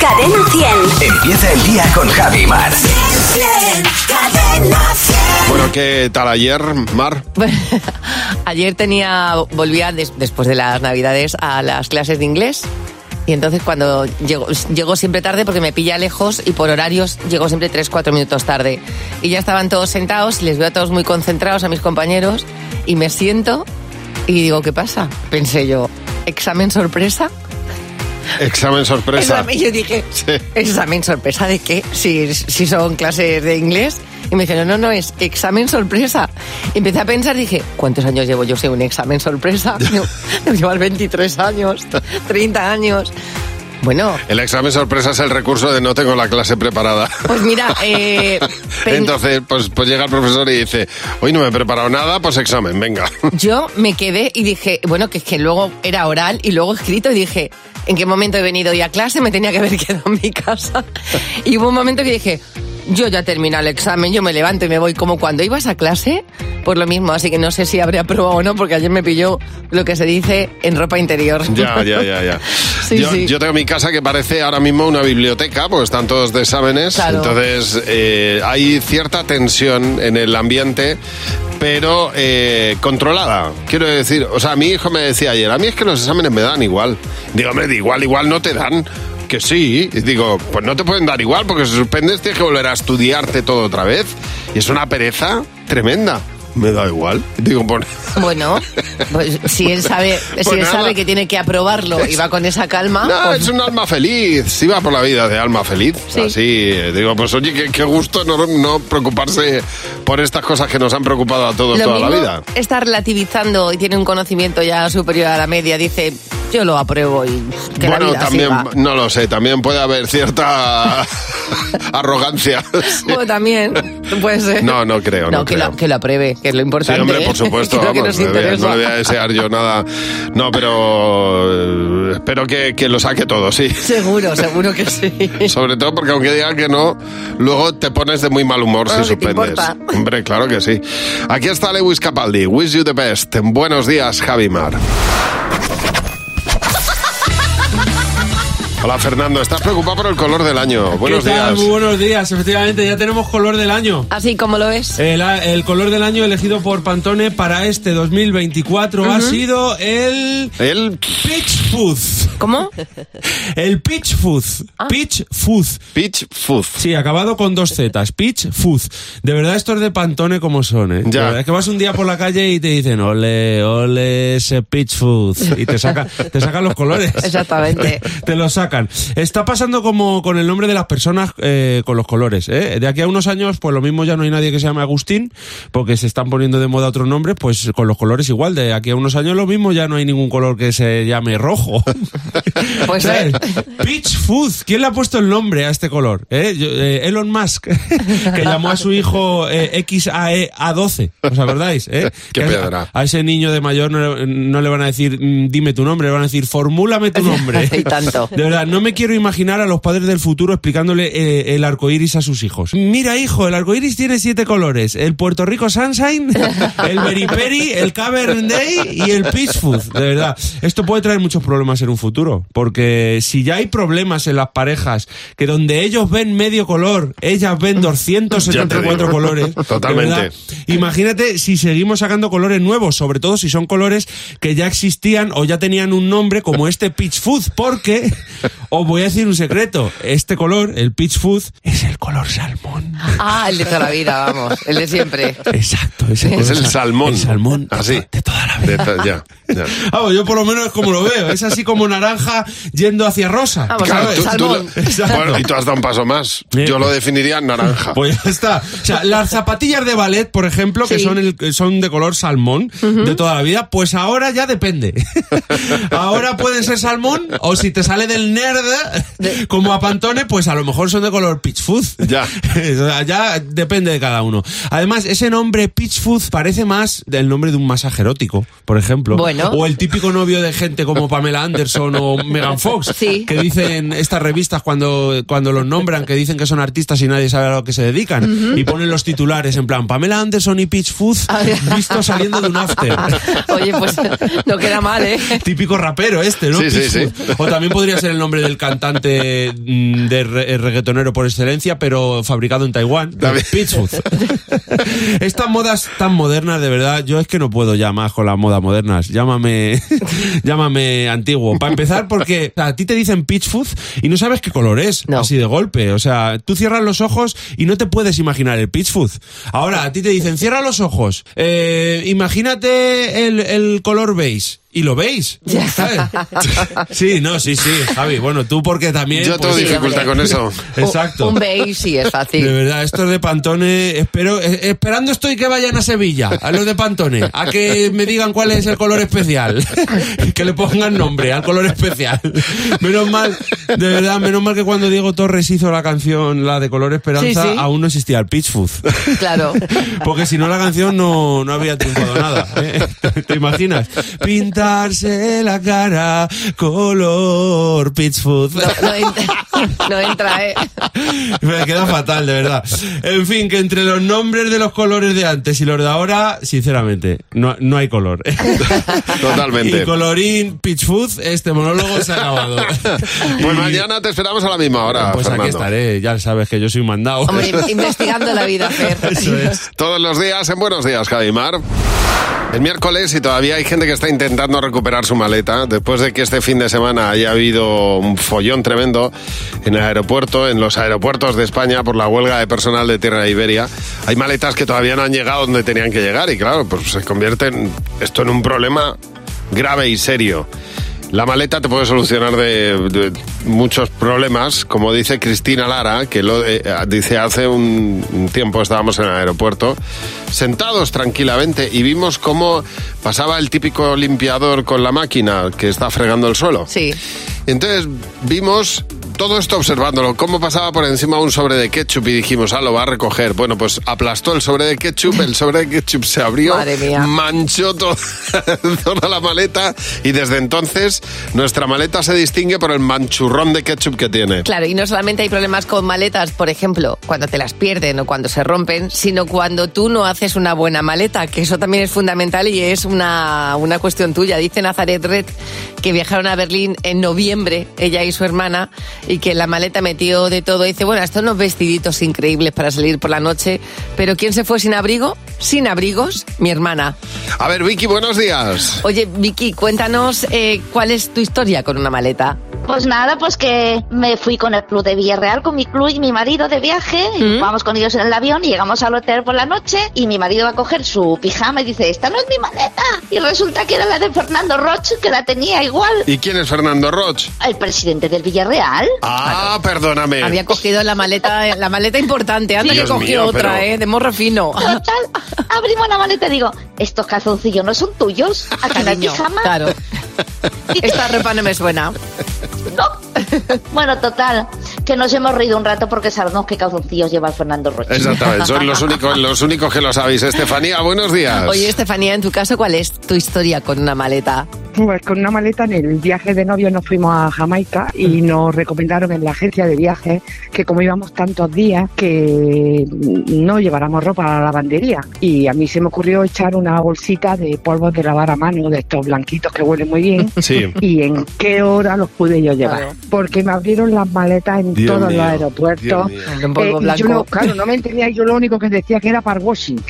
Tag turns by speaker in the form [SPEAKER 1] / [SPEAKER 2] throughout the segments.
[SPEAKER 1] Cadena 100.
[SPEAKER 2] Empieza el día con Javi Mar.
[SPEAKER 1] Cadena 100.
[SPEAKER 3] Bueno, ¿qué tal ayer, Mar?
[SPEAKER 4] Bueno, Ayer tenía, volvía des- después de las navidades a las clases de inglés y entonces cuando llego, llego siempre tarde porque me pilla lejos y por horarios llego siempre 3, 4 minutos tarde. Y ya estaban todos sentados y les veo a todos muy concentrados a mis compañeros y me siento y digo, ¿qué pasa? Pensé yo, ¿examen sorpresa?
[SPEAKER 3] Examen sorpresa.
[SPEAKER 4] Examen- yo dije,
[SPEAKER 3] Sí.
[SPEAKER 4] ¿examen sorpresa de qué? Si, si son clases de inglés. Y me dijeron, no, no, es examen sorpresa. Y empecé a pensar, dije, ¿cuántos años llevo yo? Sé un examen sorpresa. Digo, Debo llevar 23 años, 30 años. Bueno,
[SPEAKER 3] El examen sorpresa es el recurso de no tengo la clase preparada.
[SPEAKER 4] pues mira, eh, pen-
[SPEAKER 3] Entonces, pues, pues llega el profesor y dice, hoy no me he preparado nada, pues examen, venga.
[SPEAKER 4] yo me quedé y dije, bueno, que es que luego era oral y luego escrito y dije, ¿en qué momento he venido hoy a clase? Me tenía que haber quedado en mi casa. Y hubo un momento que dije, yo ya termino el examen, yo me levanto y me voy como cuando ibas a clase, por lo mismo, así que no sé si habré aprobado o no, porque ayer me pilló lo que se dice en ropa interior.
[SPEAKER 3] Ya, ya, ya, ya.
[SPEAKER 4] Sí,
[SPEAKER 3] yo,
[SPEAKER 4] sí.
[SPEAKER 3] yo tengo mi casa que parece ahora mismo una biblioteca, porque están todos de exámenes.
[SPEAKER 4] Claro.
[SPEAKER 3] Entonces, eh, hay cierta tensión en el ambiente, pero eh, controlada. Quiero decir, o sea, mi hijo me decía ayer, a mí es que los exámenes me dan igual. Digo, hombre, de igual, igual no te dan. Que sí, y digo, pues no te pueden dar igual, porque si suspendes tienes que volver a estudiarte todo otra vez. Y es una pereza tremenda. Me da igual. Digo, pues,
[SPEAKER 4] Bueno, pues si él sabe,
[SPEAKER 3] Pues
[SPEAKER 4] si él
[SPEAKER 3] nada.
[SPEAKER 4] sabe que tiene que aprobarlo y va con esa calma,
[SPEAKER 3] No,
[SPEAKER 4] pues
[SPEAKER 3] es un alma feliz. Sí va por la vida de alma feliz.
[SPEAKER 4] Sí.
[SPEAKER 3] Así, eh, digo, pues oye, qué, qué gusto no, no preocuparse por estas cosas que nos han preocupado a todos
[SPEAKER 4] lo
[SPEAKER 3] toda la
[SPEAKER 4] mismo
[SPEAKER 3] vida.
[SPEAKER 4] está relativizando y tiene un conocimiento ya superior a la media. Dice, yo lo apruebo y que la
[SPEAKER 3] bueno,
[SPEAKER 4] vida
[SPEAKER 3] también,
[SPEAKER 4] siga".
[SPEAKER 3] no lo sé, también puede haber cierta arrogancia. Sí.
[SPEAKER 4] Bueno, también puede ser.
[SPEAKER 3] eh, No, no creo, no
[SPEAKER 4] que,
[SPEAKER 3] creo.
[SPEAKER 4] Lo, que lo apruebe, que es lo
[SPEAKER 3] Sí,
[SPEAKER 4] importante.
[SPEAKER 3] hombre, por
[SPEAKER 4] ¿eh?
[SPEAKER 3] supuesto,
[SPEAKER 4] Que es lo que
[SPEAKER 3] vamos,
[SPEAKER 4] nos
[SPEAKER 3] no, le voy a, no
[SPEAKER 4] interesa.
[SPEAKER 3] le voy a desear yo nada. No, pero eh, espero que, que lo saque todo, sí.
[SPEAKER 4] Seguro, seguro que sí.
[SPEAKER 3] Sobre todo porque aunque digan que no, luego te pones de muy mal humor
[SPEAKER 4] Bueno,
[SPEAKER 3] si
[SPEAKER 4] ¿qué te
[SPEAKER 3] suspendes.
[SPEAKER 4] importa?
[SPEAKER 3] Hombre, claro que sí. Aquí está Lewis Capaldi. Wish you the best. Buenos días, Javi Mar. Hola Fernando, estás preocupado por el color del año. Pues Buenos
[SPEAKER 5] ¿Qué tal?
[SPEAKER 3] días.
[SPEAKER 5] Muy buenos días, efectivamente, ya tenemos color del año.
[SPEAKER 4] Así como lo es.
[SPEAKER 5] El, el color del año elegido por Pantone para este 2024 ha sido el
[SPEAKER 3] El
[SPEAKER 5] Peach Fuzz.
[SPEAKER 4] ¿Cómo?
[SPEAKER 5] El Peach Fuzz. Peach Fuzz.
[SPEAKER 3] Peach Fuzz.
[SPEAKER 5] Sí, acabado con dos zetas. Peach Fuzz. De verdad, estos de Pantone como son, ¿eh?
[SPEAKER 3] Ya.
[SPEAKER 5] De verdad, que vas un día por la calle y te dicen, ole, ole ese Peach Fuzz. Y te, saca, te sacan los colores.
[SPEAKER 4] Exactamente.
[SPEAKER 5] Te lo sacan. Está pasando como con el nombre de las personas eh, con los colores. ¿eh? De aquí a unos años, pues lo mismo ya no hay nadie que se llame Agustín, porque se están poniendo de moda otros nombres, pues con los colores igual. De aquí a unos años lo mismo ya no hay ningún color que se llame rojo.
[SPEAKER 4] Pues,
[SPEAKER 5] ¿Sabes?
[SPEAKER 4] eh.
[SPEAKER 5] Peach Fuzz. ¿Quién le ha puesto el nombre a este color? ¿Eh? Yo- eh, Elon Musk, que llamó a su hijo eh, XAE A12. ¿Os acordáis? eh?
[SPEAKER 3] Qué
[SPEAKER 5] Que a-
[SPEAKER 3] pedra.
[SPEAKER 5] A ese niño de mayor no, le- no le van a decir "Mm, dime tu nombre, le van a decir formúlame tu nombre.
[SPEAKER 4] Y tanto.
[SPEAKER 5] De verdad, no me quiero imaginar a los padres del futuro explicándole eh, el arco iris a sus hijos. Mira, hijo, el arco iris tiene siete colores: el Puerto Rico Sunshine, el Beriperi, el Cavern Day y el Peach Fuzz. De verdad, esto puede traer muchos problemas en un futuro. Porque si ya hay problemas en las parejas, que donde ellos ven medio color, ellas ven 274
[SPEAKER 3] digo.
[SPEAKER 5] colores. de
[SPEAKER 3] Totalmente.
[SPEAKER 5] verdad, Imagínate si seguimos sacando colores nuevos, sobre todo si son colores que ya existían o ya tenían un nombre como este Peach Fuzz, porque os voy a decir un secreto, este color, el Peach Fuzz, es el color salmón.
[SPEAKER 4] Ah, el de toda la vida, vamos. El de siempre.
[SPEAKER 5] Exacto, es el,
[SPEAKER 3] Es
[SPEAKER 5] color
[SPEAKER 3] el
[SPEAKER 5] sal-
[SPEAKER 3] salmón.
[SPEAKER 5] El salmón de
[SPEAKER 3] Así.
[SPEAKER 5] to- de toda la vida.
[SPEAKER 3] De to- ya, ya.
[SPEAKER 5] Vamos, yo por lo menos es como lo veo, es así como naranja yendo hacia rosa.
[SPEAKER 4] Vamos,
[SPEAKER 3] Claro, tú- tú
[SPEAKER 4] Ah, pues salmón.
[SPEAKER 3] lo-
[SPEAKER 5] Exacto.
[SPEAKER 3] Bueno, y tú has dado un paso más. Yo lo definiría naranja.
[SPEAKER 5] Pues ya está. O sea, las zapatillas de ballet, por ejemplo, que
[SPEAKER 4] Sí.
[SPEAKER 5] son, el- son de color salmón de toda la vida, pues ahora ya depende. ahora pueden ser salmón o si te sale del nerd como a Pantone, pues a lo mejor son de color peach fuzz.
[SPEAKER 3] Ya.
[SPEAKER 5] O sea, ya depende de cada uno. Además, ese nombre peach fuzz parece más del nombre de un masaje erótico, por ejemplo.
[SPEAKER 4] Bueno.
[SPEAKER 5] O el típico novio de gente como Pamela Anderson o Megan Fox,
[SPEAKER 4] Sí.
[SPEAKER 5] que dicen estas revistas cuando, cuando los nombran, que dicen que son artistas y nadie sabe a lo que se dedican. Y ponen los titulares en plan, Pamela Anderson y Peach Fuzz visto saliendo de un after.
[SPEAKER 4] Ah, Oye, pues no queda mal, ¿eh?
[SPEAKER 5] Típico rapero este, ¿no?
[SPEAKER 3] Sí, sí,
[SPEAKER 5] Peach
[SPEAKER 3] sí.
[SPEAKER 5] Fuzz. O también podría ser el nombre del cantante mm, de re- reggaetonero por excelencia, pero fabricado en Taiwán.
[SPEAKER 3] David.
[SPEAKER 5] Pitchfoot. Estas modas tan modernas, de verdad, yo es que no puedo ya más con las modas modernas. Llámame, llámame antiguo. Para empezar, porque a ti te dicen pitchfoot y no sabes qué color es,
[SPEAKER 4] No.
[SPEAKER 5] así de golpe. O sea, tú cierras los ojos y no te puedes imaginar el pitchfoot. Ahora, a ti te dicen, cierra los ojos, eh, imagínate el, el color beige. Y lo veis. ¿sabes? Sí, no, sí, sí, Javi. Bueno, tú porque también...
[SPEAKER 3] Yo tengo
[SPEAKER 5] pues,
[SPEAKER 4] sí,
[SPEAKER 3] dificultad con
[SPEAKER 4] hombre.
[SPEAKER 3] eso.
[SPEAKER 5] Exacto.
[SPEAKER 4] Un beige sí es
[SPEAKER 5] De
[SPEAKER 4] fácil.
[SPEAKER 5] verdad, estos de Pantone, espero, eh, esperando estoy que vayan a Sevilla, a los de Pantone, a que me digan cuál es el color especial, que le pongan nombre al color especial. Menos mal, de verdad, menos mal que cuando Diego Torres hizo la canción, la de Color Esperanza,
[SPEAKER 4] Sí, sí.
[SPEAKER 5] aún no existía el Pitchfoot.
[SPEAKER 4] Claro.
[SPEAKER 5] Porque si no, la canción no, no habría triunfado nada. ¿eh? ¿Te imaginas? Pintarse la cara, color pitchfoot.
[SPEAKER 4] No, no entra, no entra, ¿eh?
[SPEAKER 5] Me queda fatal, de verdad. En fin, que entre los nombres de los colores de antes y los de ahora, sinceramente, no, no hay color.
[SPEAKER 3] Totalmente.
[SPEAKER 5] Y colorín pitchfoot, este monólogo se ha acabado.
[SPEAKER 3] Pues
[SPEAKER 5] Y-
[SPEAKER 3] mañana te esperamos a la misma hora,
[SPEAKER 5] Pues aquí
[SPEAKER 3] Fernando.
[SPEAKER 5] estaré, ya sabes que yo soy mandado.
[SPEAKER 4] Hombre, investigando la vida, Fer.
[SPEAKER 5] Eso es.
[SPEAKER 3] Todos los días en Buenos Días, Javimar. El miércoles y todavía hay gente que está intentando recuperar su maleta después de que este fin de semana haya habido un follón tremendo en el aeropuerto, en los aeropuertos de España por la huelga de personal de Tierra Iberia. Hay maletas que todavía no han llegado donde tenían que llegar y claro, pues se convierte en- esto en un problema grave y serio. La maleta te puede solucionar de, de muchos problemas, como dice Cristina Lara, que lo eh, dice hace un, un tiempo estábamos en el aeropuerto, sentados tranquilamente y vimos cómo pasaba el típico limpiador con la máquina que está fregando el suelo.
[SPEAKER 4] Sí.
[SPEAKER 3] Entonces vimos todo esto observándolo, cómo pasaba por encima un sobre de ketchup y dijimos, ah, lo va a recoger. Bueno, pues aplastó el sobre de ketchup, el sobre de ketchup se abrió,
[SPEAKER 4] Madre mía.
[SPEAKER 3] manchó to- toda la maleta y desde entonces nuestra maleta se distingue por el manchurrón de ketchup que tiene.
[SPEAKER 4] Claro, y no solamente hay problemas con maletas, por ejemplo, cuando te las pierden o cuando se rompen, sino cuando tú no haces una buena maleta, que eso también es fundamental y es una, una cuestión tuya. Dice Nazaret Red que viajaron a Berlín en noviembre, ella y su hermana, y que en la maleta metió de todo. Dice, bueno, estos unos vestiditos increíbles para salir por la noche, pero ¿quién se fue sin abrigo? Sin abrigos, mi hermana.
[SPEAKER 3] A ver, Vicky, buenos días.
[SPEAKER 4] Oye, Vicky, cuéntanos eh, cuál es tu historia con una maleta.
[SPEAKER 1] Pues nada, pues que me fui con el club de Villarreal, con mi club y mi marido de viaje. y
[SPEAKER 4] Mm.
[SPEAKER 1] Vamos con ellos en el avión y llegamos al hotel por la noche. Y mi marido va a coger su pijama y dice: Esta no es mi maleta. Y resulta que era la de Fernando Roche, que la tenía igual.
[SPEAKER 3] ¿Y quién es Fernando Roch?
[SPEAKER 1] El presidente del Villarreal.
[SPEAKER 3] Ah, perdóname.
[SPEAKER 4] Había cogido la maleta, la maleta importante, antes
[SPEAKER 3] Dios
[SPEAKER 4] que cogió
[SPEAKER 3] mío,
[SPEAKER 4] otra,
[SPEAKER 3] pero-
[SPEAKER 4] ¿eh? De morro fino.
[SPEAKER 1] Total, abrimos la maleta y digo: Estos calzoncillos no son tuyos. Aquí no hay
[SPEAKER 4] Ah, Cariño,
[SPEAKER 1] pijama.
[SPEAKER 4] claro. Esta ropa no me suena.
[SPEAKER 1] No. Bueno, total, que nos hemos reído un rato porque sabemos qué calzoncillos lleva el Fernando Roche.
[SPEAKER 3] Exactamente, sois los únicos, los únicos que lo sabéis. Estefanía, buenos días.
[SPEAKER 4] Oye, este- Estefanía, en tu caso, ¿cuál es tu historia con una maleta?
[SPEAKER 6] Pues con una maleta en el viaje de novio nos fuimos a Jamaica
[SPEAKER 3] Mm.
[SPEAKER 6] y nos recomendaron en la agencia de viajes que como íbamos tantos días que no lleváramos ropa a la lavandería y a mí se me ocurrió echar una bolsita de polvos de lavar a mano de estos blanquitos que huelen muy bien
[SPEAKER 5] Sí.
[SPEAKER 6] y en qué hora los pude yo llevar
[SPEAKER 4] Claro.
[SPEAKER 6] porque me abrieron las maletas en
[SPEAKER 3] Dios
[SPEAKER 6] todos
[SPEAKER 3] mío,
[SPEAKER 6] los aeropuertos
[SPEAKER 3] Dios mío.
[SPEAKER 4] Un polvo
[SPEAKER 6] eh, y yo
[SPEAKER 4] blanco.
[SPEAKER 6] no, claro, no me entendía. Yo lo único que decía que era parwashing.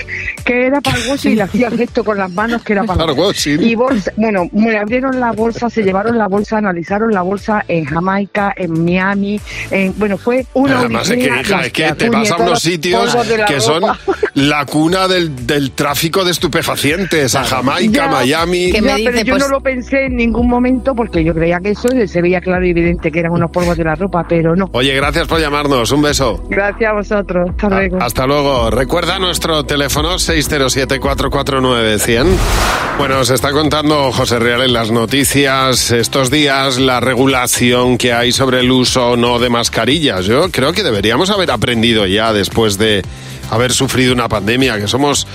[SPEAKER 6] Que era parwashing y le hacía gesto con las manos que era
[SPEAKER 3] Parwashing.
[SPEAKER 6] parwashing. Y bolsa, bueno, me abrieron la bolsa, se llevaron la bolsa, analizaron la bolsa en Jamaica, en Miami. En, bueno, fue una.
[SPEAKER 3] Además es que,
[SPEAKER 6] odisea,
[SPEAKER 3] hija,
[SPEAKER 6] las
[SPEAKER 3] es que te
[SPEAKER 6] tertulias,
[SPEAKER 3] vas a
[SPEAKER 6] todos
[SPEAKER 3] unos
[SPEAKER 6] los
[SPEAKER 3] sitios
[SPEAKER 6] polvos de la
[SPEAKER 3] que son
[SPEAKER 6] ropa.
[SPEAKER 3] la cuna del, del tráfico de estupefacientes, a Jamaica,
[SPEAKER 6] Ya.
[SPEAKER 3] Miami.
[SPEAKER 4] Que me
[SPEAKER 6] Ya, pero
[SPEAKER 4] dice,
[SPEAKER 6] yo
[SPEAKER 4] pues-
[SPEAKER 6] no lo pensé en ningún momento porque yo creía que eso se veía claro y evidente que eran unos polvos de la ropa, pero no.
[SPEAKER 3] Oye, Ah, gracias por llamarnos, un beso.
[SPEAKER 6] Gracias a vosotros. Hasta luego.
[SPEAKER 3] A- Hasta luego. Recuerda nuestro teléfono 607-449-100. Bueno, se está contando José Real en las noticias estos días la regulación que hay sobre el uso o no de mascarillas. Yo creo que deberíamos haber aprendido ya después de haber sufrido una pandemia, que somos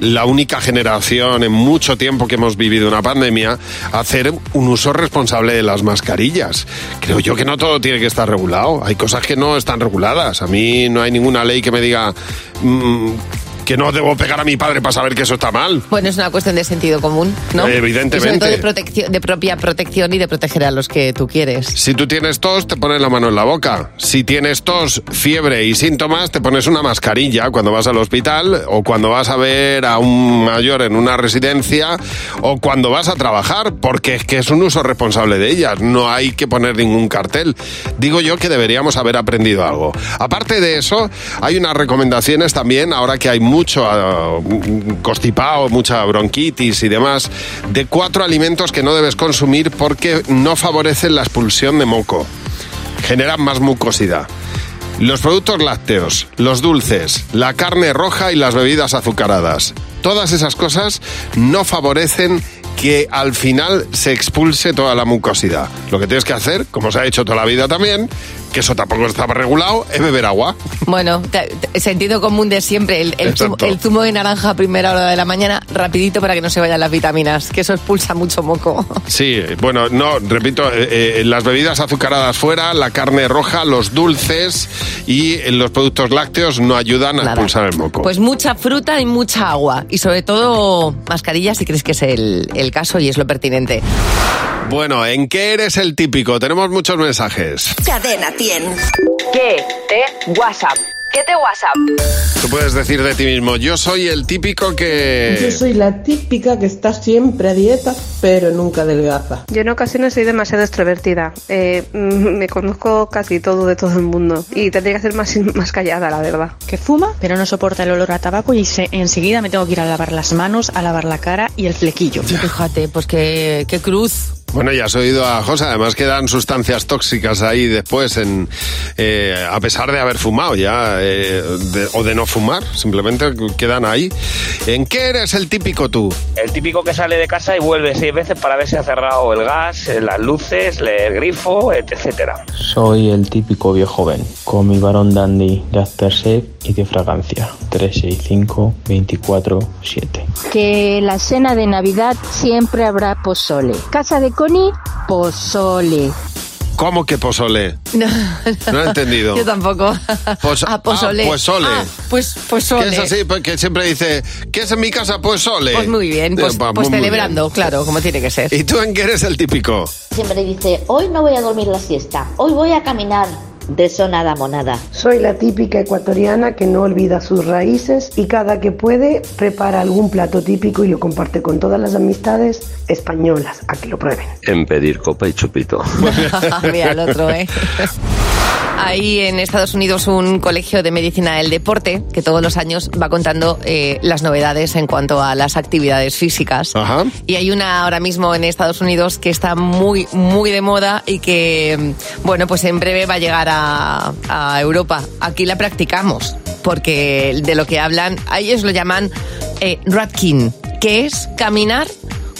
[SPEAKER 3] la única generación en mucho tiempo que hemos vivido una pandemia, a hacer un uso responsable de las mascarillas. Creo yo que no todo tiene que estar regulado. Hay cosas que no están reguladas. A mí no hay ninguna ley que me diga mm, que no debo pegar a mi padre para saber que eso está mal.
[SPEAKER 4] Bueno, es una cuestión de sentido común, ¿no?
[SPEAKER 3] Eh, evidentemente.
[SPEAKER 4] Y sobre todo de, protección, de propia protección y de proteger a los que tú quieres.
[SPEAKER 3] Si tú tienes tos, te pones la mano en la boca. Si tienes tos, fiebre y síntomas, te pones una mascarilla cuando vas al hospital o cuando vas a ver a un mayor en una residencia o cuando vas a trabajar, porque es que es un uso responsable de ellas. No hay que poner ningún cartel. Digo yo que deberíamos haber aprendido algo. Aparte de eso, hay unas recomendaciones también, ahora que hay mucho eh, constipado, mucha bronquitis y demás, de cuatro alimentos que no debes consumir porque no favorecen la expulsión de moco, generan más mucosidad. Los productos lácteos, los dulces, la carne roja y las bebidas azucaradas. Todas esas cosas no favorecen que al final se expulse toda la mucosidad. Lo que tienes que hacer, como se ha hecho toda la vida también, que eso tampoco estaba regulado, es beber agua.
[SPEAKER 4] Bueno, te- te- sentido común de siempre. El, el zumo,
[SPEAKER 3] Exacto.
[SPEAKER 4] el zumo de naranja a primera hora de la mañana, rapidito para que no se vayan las vitaminas, que eso expulsa mucho moco.
[SPEAKER 3] Sí, bueno, no, repito, eh, eh, las bebidas azucaradas fuera, la carne roja, los dulces y eh, los productos lácteos no ayudan a
[SPEAKER 4] Nada.
[SPEAKER 3] expulsar el moco.
[SPEAKER 4] Pues mucha fruta y mucha agua. Y sobre todo mascarilla si crees que es el, el caso y es lo pertinente.
[SPEAKER 3] Bueno, ¿en qué eres el típico? Tenemos muchos mensajes.
[SPEAKER 7] Cadena 100.
[SPEAKER 8] ¿Qué te WhatsApp? ¿Qué te WhatsApp?
[SPEAKER 3] Tú puedes decir de ti mismo, yo soy el típico que...
[SPEAKER 9] Yo soy la típica que está siempre a dieta, pero nunca adelgaza.
[SPEAKER 10] Yo en ocasiones soy demasiado extrovertida. Eh, mm, me conozco casi todo de todo el mundo. Y tendría que ser más, más callada, la verdad.
[SPEAKER 11] que fuma, pero no soporta el olor a tabaco y se- enseguida me tengo que ir a lavar las manos, a lavar la cara y el flequillo.
[SPEAKER 4] Fíjate, pues qué, qué cruz.
[SPEAKER 3] Bueno, ya has oído a José, además quedan sustancias tóxicas ahí después, en, eh, a pesar de haber fumado ya, eh, de- o de no fumar, simplemente quedan ahí. ¿En qué eres el típico tú?
[SPEAKER 12] El típico que sale de casa y vuelve seis veces para ver si ha cerrado el gas, eh, las luces, el grifo, et- etcétera.
[SPEAKER 13] Soy el típico viejo joven, con mi varón dandy de aftershave y de fragancia. 365 24 7.
[SPEAKER 14] Que la cena de Navidad siempre habrá pozole. Casa de Connie, pozole.
[SPEAKER 3] ¿Cómo que pozole?
[SPEAKER 4] No,
[SPEAKER 3] No he entendido.
[SPEAKER 4] Yo tampoco.
[SPEAKER 3] Pos-
[SPEAKER 4] Ah, pozole.
[SPEAKER 3] Ah, pozole.
[SPEAKER 4] Ah, pues pozole.
[SPEAKER 3] Que es así, pues, que siempre dice, ¿qué es en mi casa? Pozole.
[SPEAKER 4] Pues muy bien, pues,
[SPEAKER 3] Eh, pa-
[SPEAKER 4] pues
[SPEAKER 3] muy bien.
[SPEAKER 4] celebrando, claro, como tiene que ser.
[SPEAKER 3] ¿Y tú en qué eres el típico?
[SPEAKER 15] Siempre dice, hoy no voy a dormir la siesta, hoy voy a caminar. De eso nada monada.
[SPEAKER 16] Soy la típica ecuatoriana que no olvida sus raíces y cada que puede prepara algún plato típico y lo comparte con todas las amistades españolas a que lo prueben.
[SPEAKER 17] En pedir copa y chupito.
[SPEAKER 4] Mira el otro, ¿eh? Hay en Estados Unidos un colegio de medicina del deporte que todos los años va contando eh, las novedades en cuanto a las actividades físicas. Y hay una ahora mismo en Estados Unidos que está muy, muy de moda y que, bueno, pues en breve va a llegar a, a Europa. Aquí la practicamos porque de lo que hablan, a ellos lo llaman eh, Ratkin, que es caminar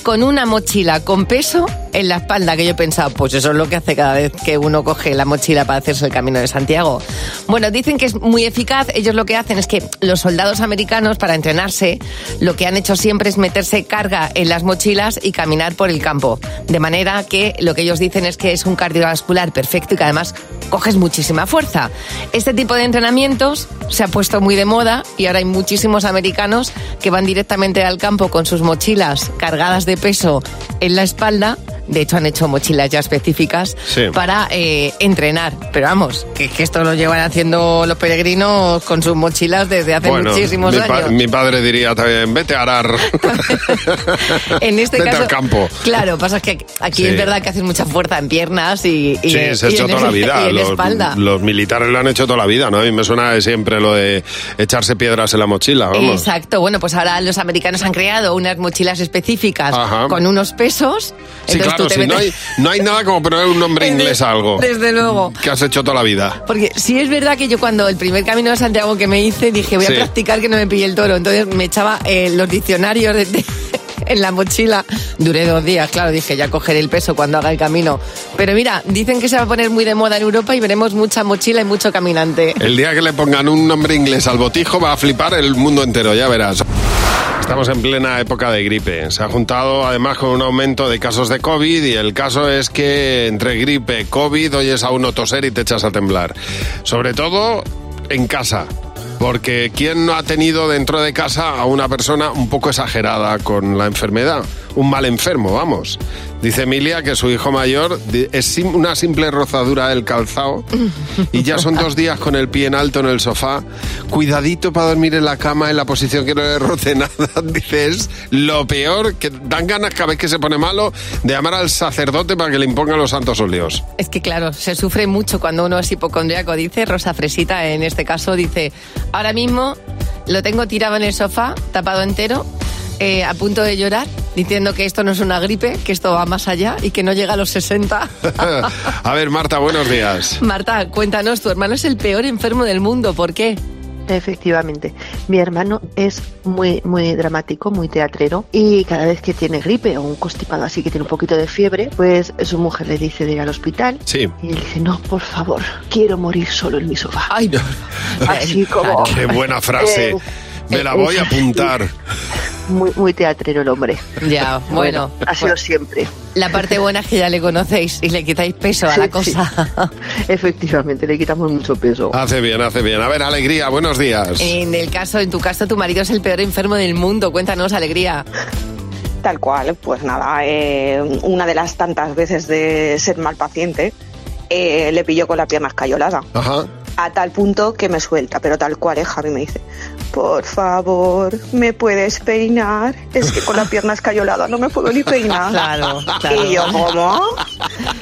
[SPEAKER 4] con una mochila con peso en la espalda, que yo pensaba, pues eso es lo que hace cada vez que uno coge la mochila para hacerse el camino de Santiago. Bueno, dicen que es muy eficaz, ellos lo que hacen es que los soldados americanos para entrenarse, lo que han hecho siempre es meterse carga en las mochilas y caminar por el campo. De manera que lo que ellos dicen es que es un cardiovascular perfecto y que además coges muchísima fuerza. Este tipo de entrenamientos se ha puesto muy de moda y ahora hay muchísimos americanos que van directamente al campo con sus mochilas cargadas de peso en la espalda. De hecho, han hecho mochilas ya específicas
[SPEAKER 3] Sí.
[SPEAKER 4] para eh, entrenar. Pero vamos, que, que esto lo llevan haciendo los peregrinos con sus mochilas desde hace
[SPEAKER 3] bueno,
[SPEAKER 4] muchísimos
[SPEAKER 3] mi, pa-
[SPEAKER 4] años.
[SPEAKER 3] mi padre diría también, vete a arar.
[SPEAKER 4] En este
[SPEAKER 3] vete
[SPEAKER 4] caso,
[SPEAKER 3] al campo.
[SPEAKER 4] Claro, pasa que aquí
[SPEAKER 3] Sí.
[SPEAKER 4] es verdad que haces mucha fuerza en piernas y, y-
[SPEAKER 3] Sí, se ha
[SPEAKER 4] y
[SPEAKER 3] hecho
[SPEAKER 4] en-
[SPEAKER 3] toda la vida.
[SPEAKER 4] y en
[SPEAKER 3] Los,
[SPEAKER 4] espalda.
[SPEAKER 3] los militares lo han hecho toda la vida, ¿no? A mí me suena de siempre lo de echarse piedras en la mochila, vamos.
[SPEAKER 4] Exacto, bueno, pues ahora los americanos han creado unas mochilas específicas
[SPEAKER 3] Ajá.
[SPEAKER 4] con unos pesos.
[SPEAKER 3] Sí,
[SPEAKER 4] Entonces tú
[SPEAKER 3] claro,
[SPEAKER 4] te
[SPEAKER 3] si no, hay,
[SPEAKER 4] metes-
[SPEAKER 3] no hay nada como poner un nombre
[SPEAKER 4] Desde-
[SPEAKER 3] inglés a algo.
[SPEAKER 4] desde luego.
[SPEAKER 3] Que has hecho toda la vida.
[SPEAKER 4] Porque sí es verdad que yo cuando el primer camino de Santiago que me hice dije voy
[SPEAKER 3] Sí.
[SPEAKER 4] a practicar que no me pille el toro, entonces me echaba eh, los diccionarios de- de- en la mochila. Duré dos días, claro, dije ya cogeré el peso cuando haga el camino. Pero mira, dicen que se va a poner muy de moda en Europa y veremos mucha mochila y mucho caminante.
[SPEAKER 3] El día que le pongan un nombre inglés al botijo va a flipar el mundo entero, ya verás. Estamos en plena época de gripe. Se ha juntado además con un aumento de casos de COVID y el caso es que entre gripe, COVID, oyes a uno toser y te echas a temblar. Sobre todo en casa. Porque ¿quién no ha tenido dentro de casa a una persona un poco exagerada con la enfermedad? Un mal enfermo, vamos. Dice Emilia que su hijo mayor di- es sim- una simple rozadura del calzado y ya son dos días con el pie en alto en el sofá. Cuidadito para dormir en la cama en la posición que no le roce nada. Dice, es lo peor, que dan ganas cada vez que se pone malo de llamar al sacerdote para que le imponga los santos óleos.
[SPEAKER 4] Es que claro, se sufre mucho cuando uno es hipocondriaco, dice Rosa Fresita en este caso, dice, ahora mismo lo tengo tirado en el sofá, tapado entero, eh, a punto de llorar, diciendo que esto no es una gripe, que esto va más allá y que no llega a los 60.
[SPEAKER 3] A ver, Marta, buenos días.
[SPEAKER 4] Marta, cuéntanos, tu hermano es el peor enfermo del mundo, ¿por qué?
[SPEAKER 7] Efectivamente, mi hermano es muy muy dramático, muy teatrero y cada vez que tiene gripe o un constipado así que tiene un poquito de fiebre, pues su mujer le dice de ir al hospital
[SPEAKER 3] Sí.
[SPEAKER 7] y él dice, no, por favor, quiero morir solo en mi sofá. así como...
[SPEAKER 3] Ah, Qué buena frase.
[SPEAKER 7] Eh,
[SPEAKER 3] Me la
[SPEAKER 7] eh,
[SPEAKER 3] voy a
[SPEAKER 7] eh,
[SPEAKER 3] apuntar.
[SPEAKER 7] Muy, muy teatrero el hombre.
[SPEAKER 4] Ya, Ah, bueno.
[SPEAKER 7] ha sido siempre.
[SPEAKER 4] La parte buena es que ya le conocéis y le quitáis peso a
[SPEAKER 7] Sí,
[SPEAKER 4] la
[SPEAKER 7] sí.
[SPEAKER 4] cosa.
[SPEAKER 7] Efectivamente, le quitamos mucho peso.
[SPEAKER 3] Hace bien, hace bien. A ver, Alegría, buenos días.
[SPEAKER 18] Eh,
[SPEAKER 4] En el caso, en tu caso, tu marido es el peor enfermo del mundo. Cuéntanos, alegría.
[SPEAKER 18] Tal cual, pues nada, eh, una de las tantas veces de ser mal paciente, eh, le pilló con la pierna escayolada.
[SPEAKER 3] Ajá.
[SPEAKER 18] A tal punto que me suelta, pero tal cual, eh, Javi me dice, por favor, ¿me puedes peinar? Es que con la pierna escayolada no me puedo ni peinar.
[SPEAKER 4] Claro,
[SPEAKER 3] claro.
[SPEAKER 18] Y yo, ¿cómo?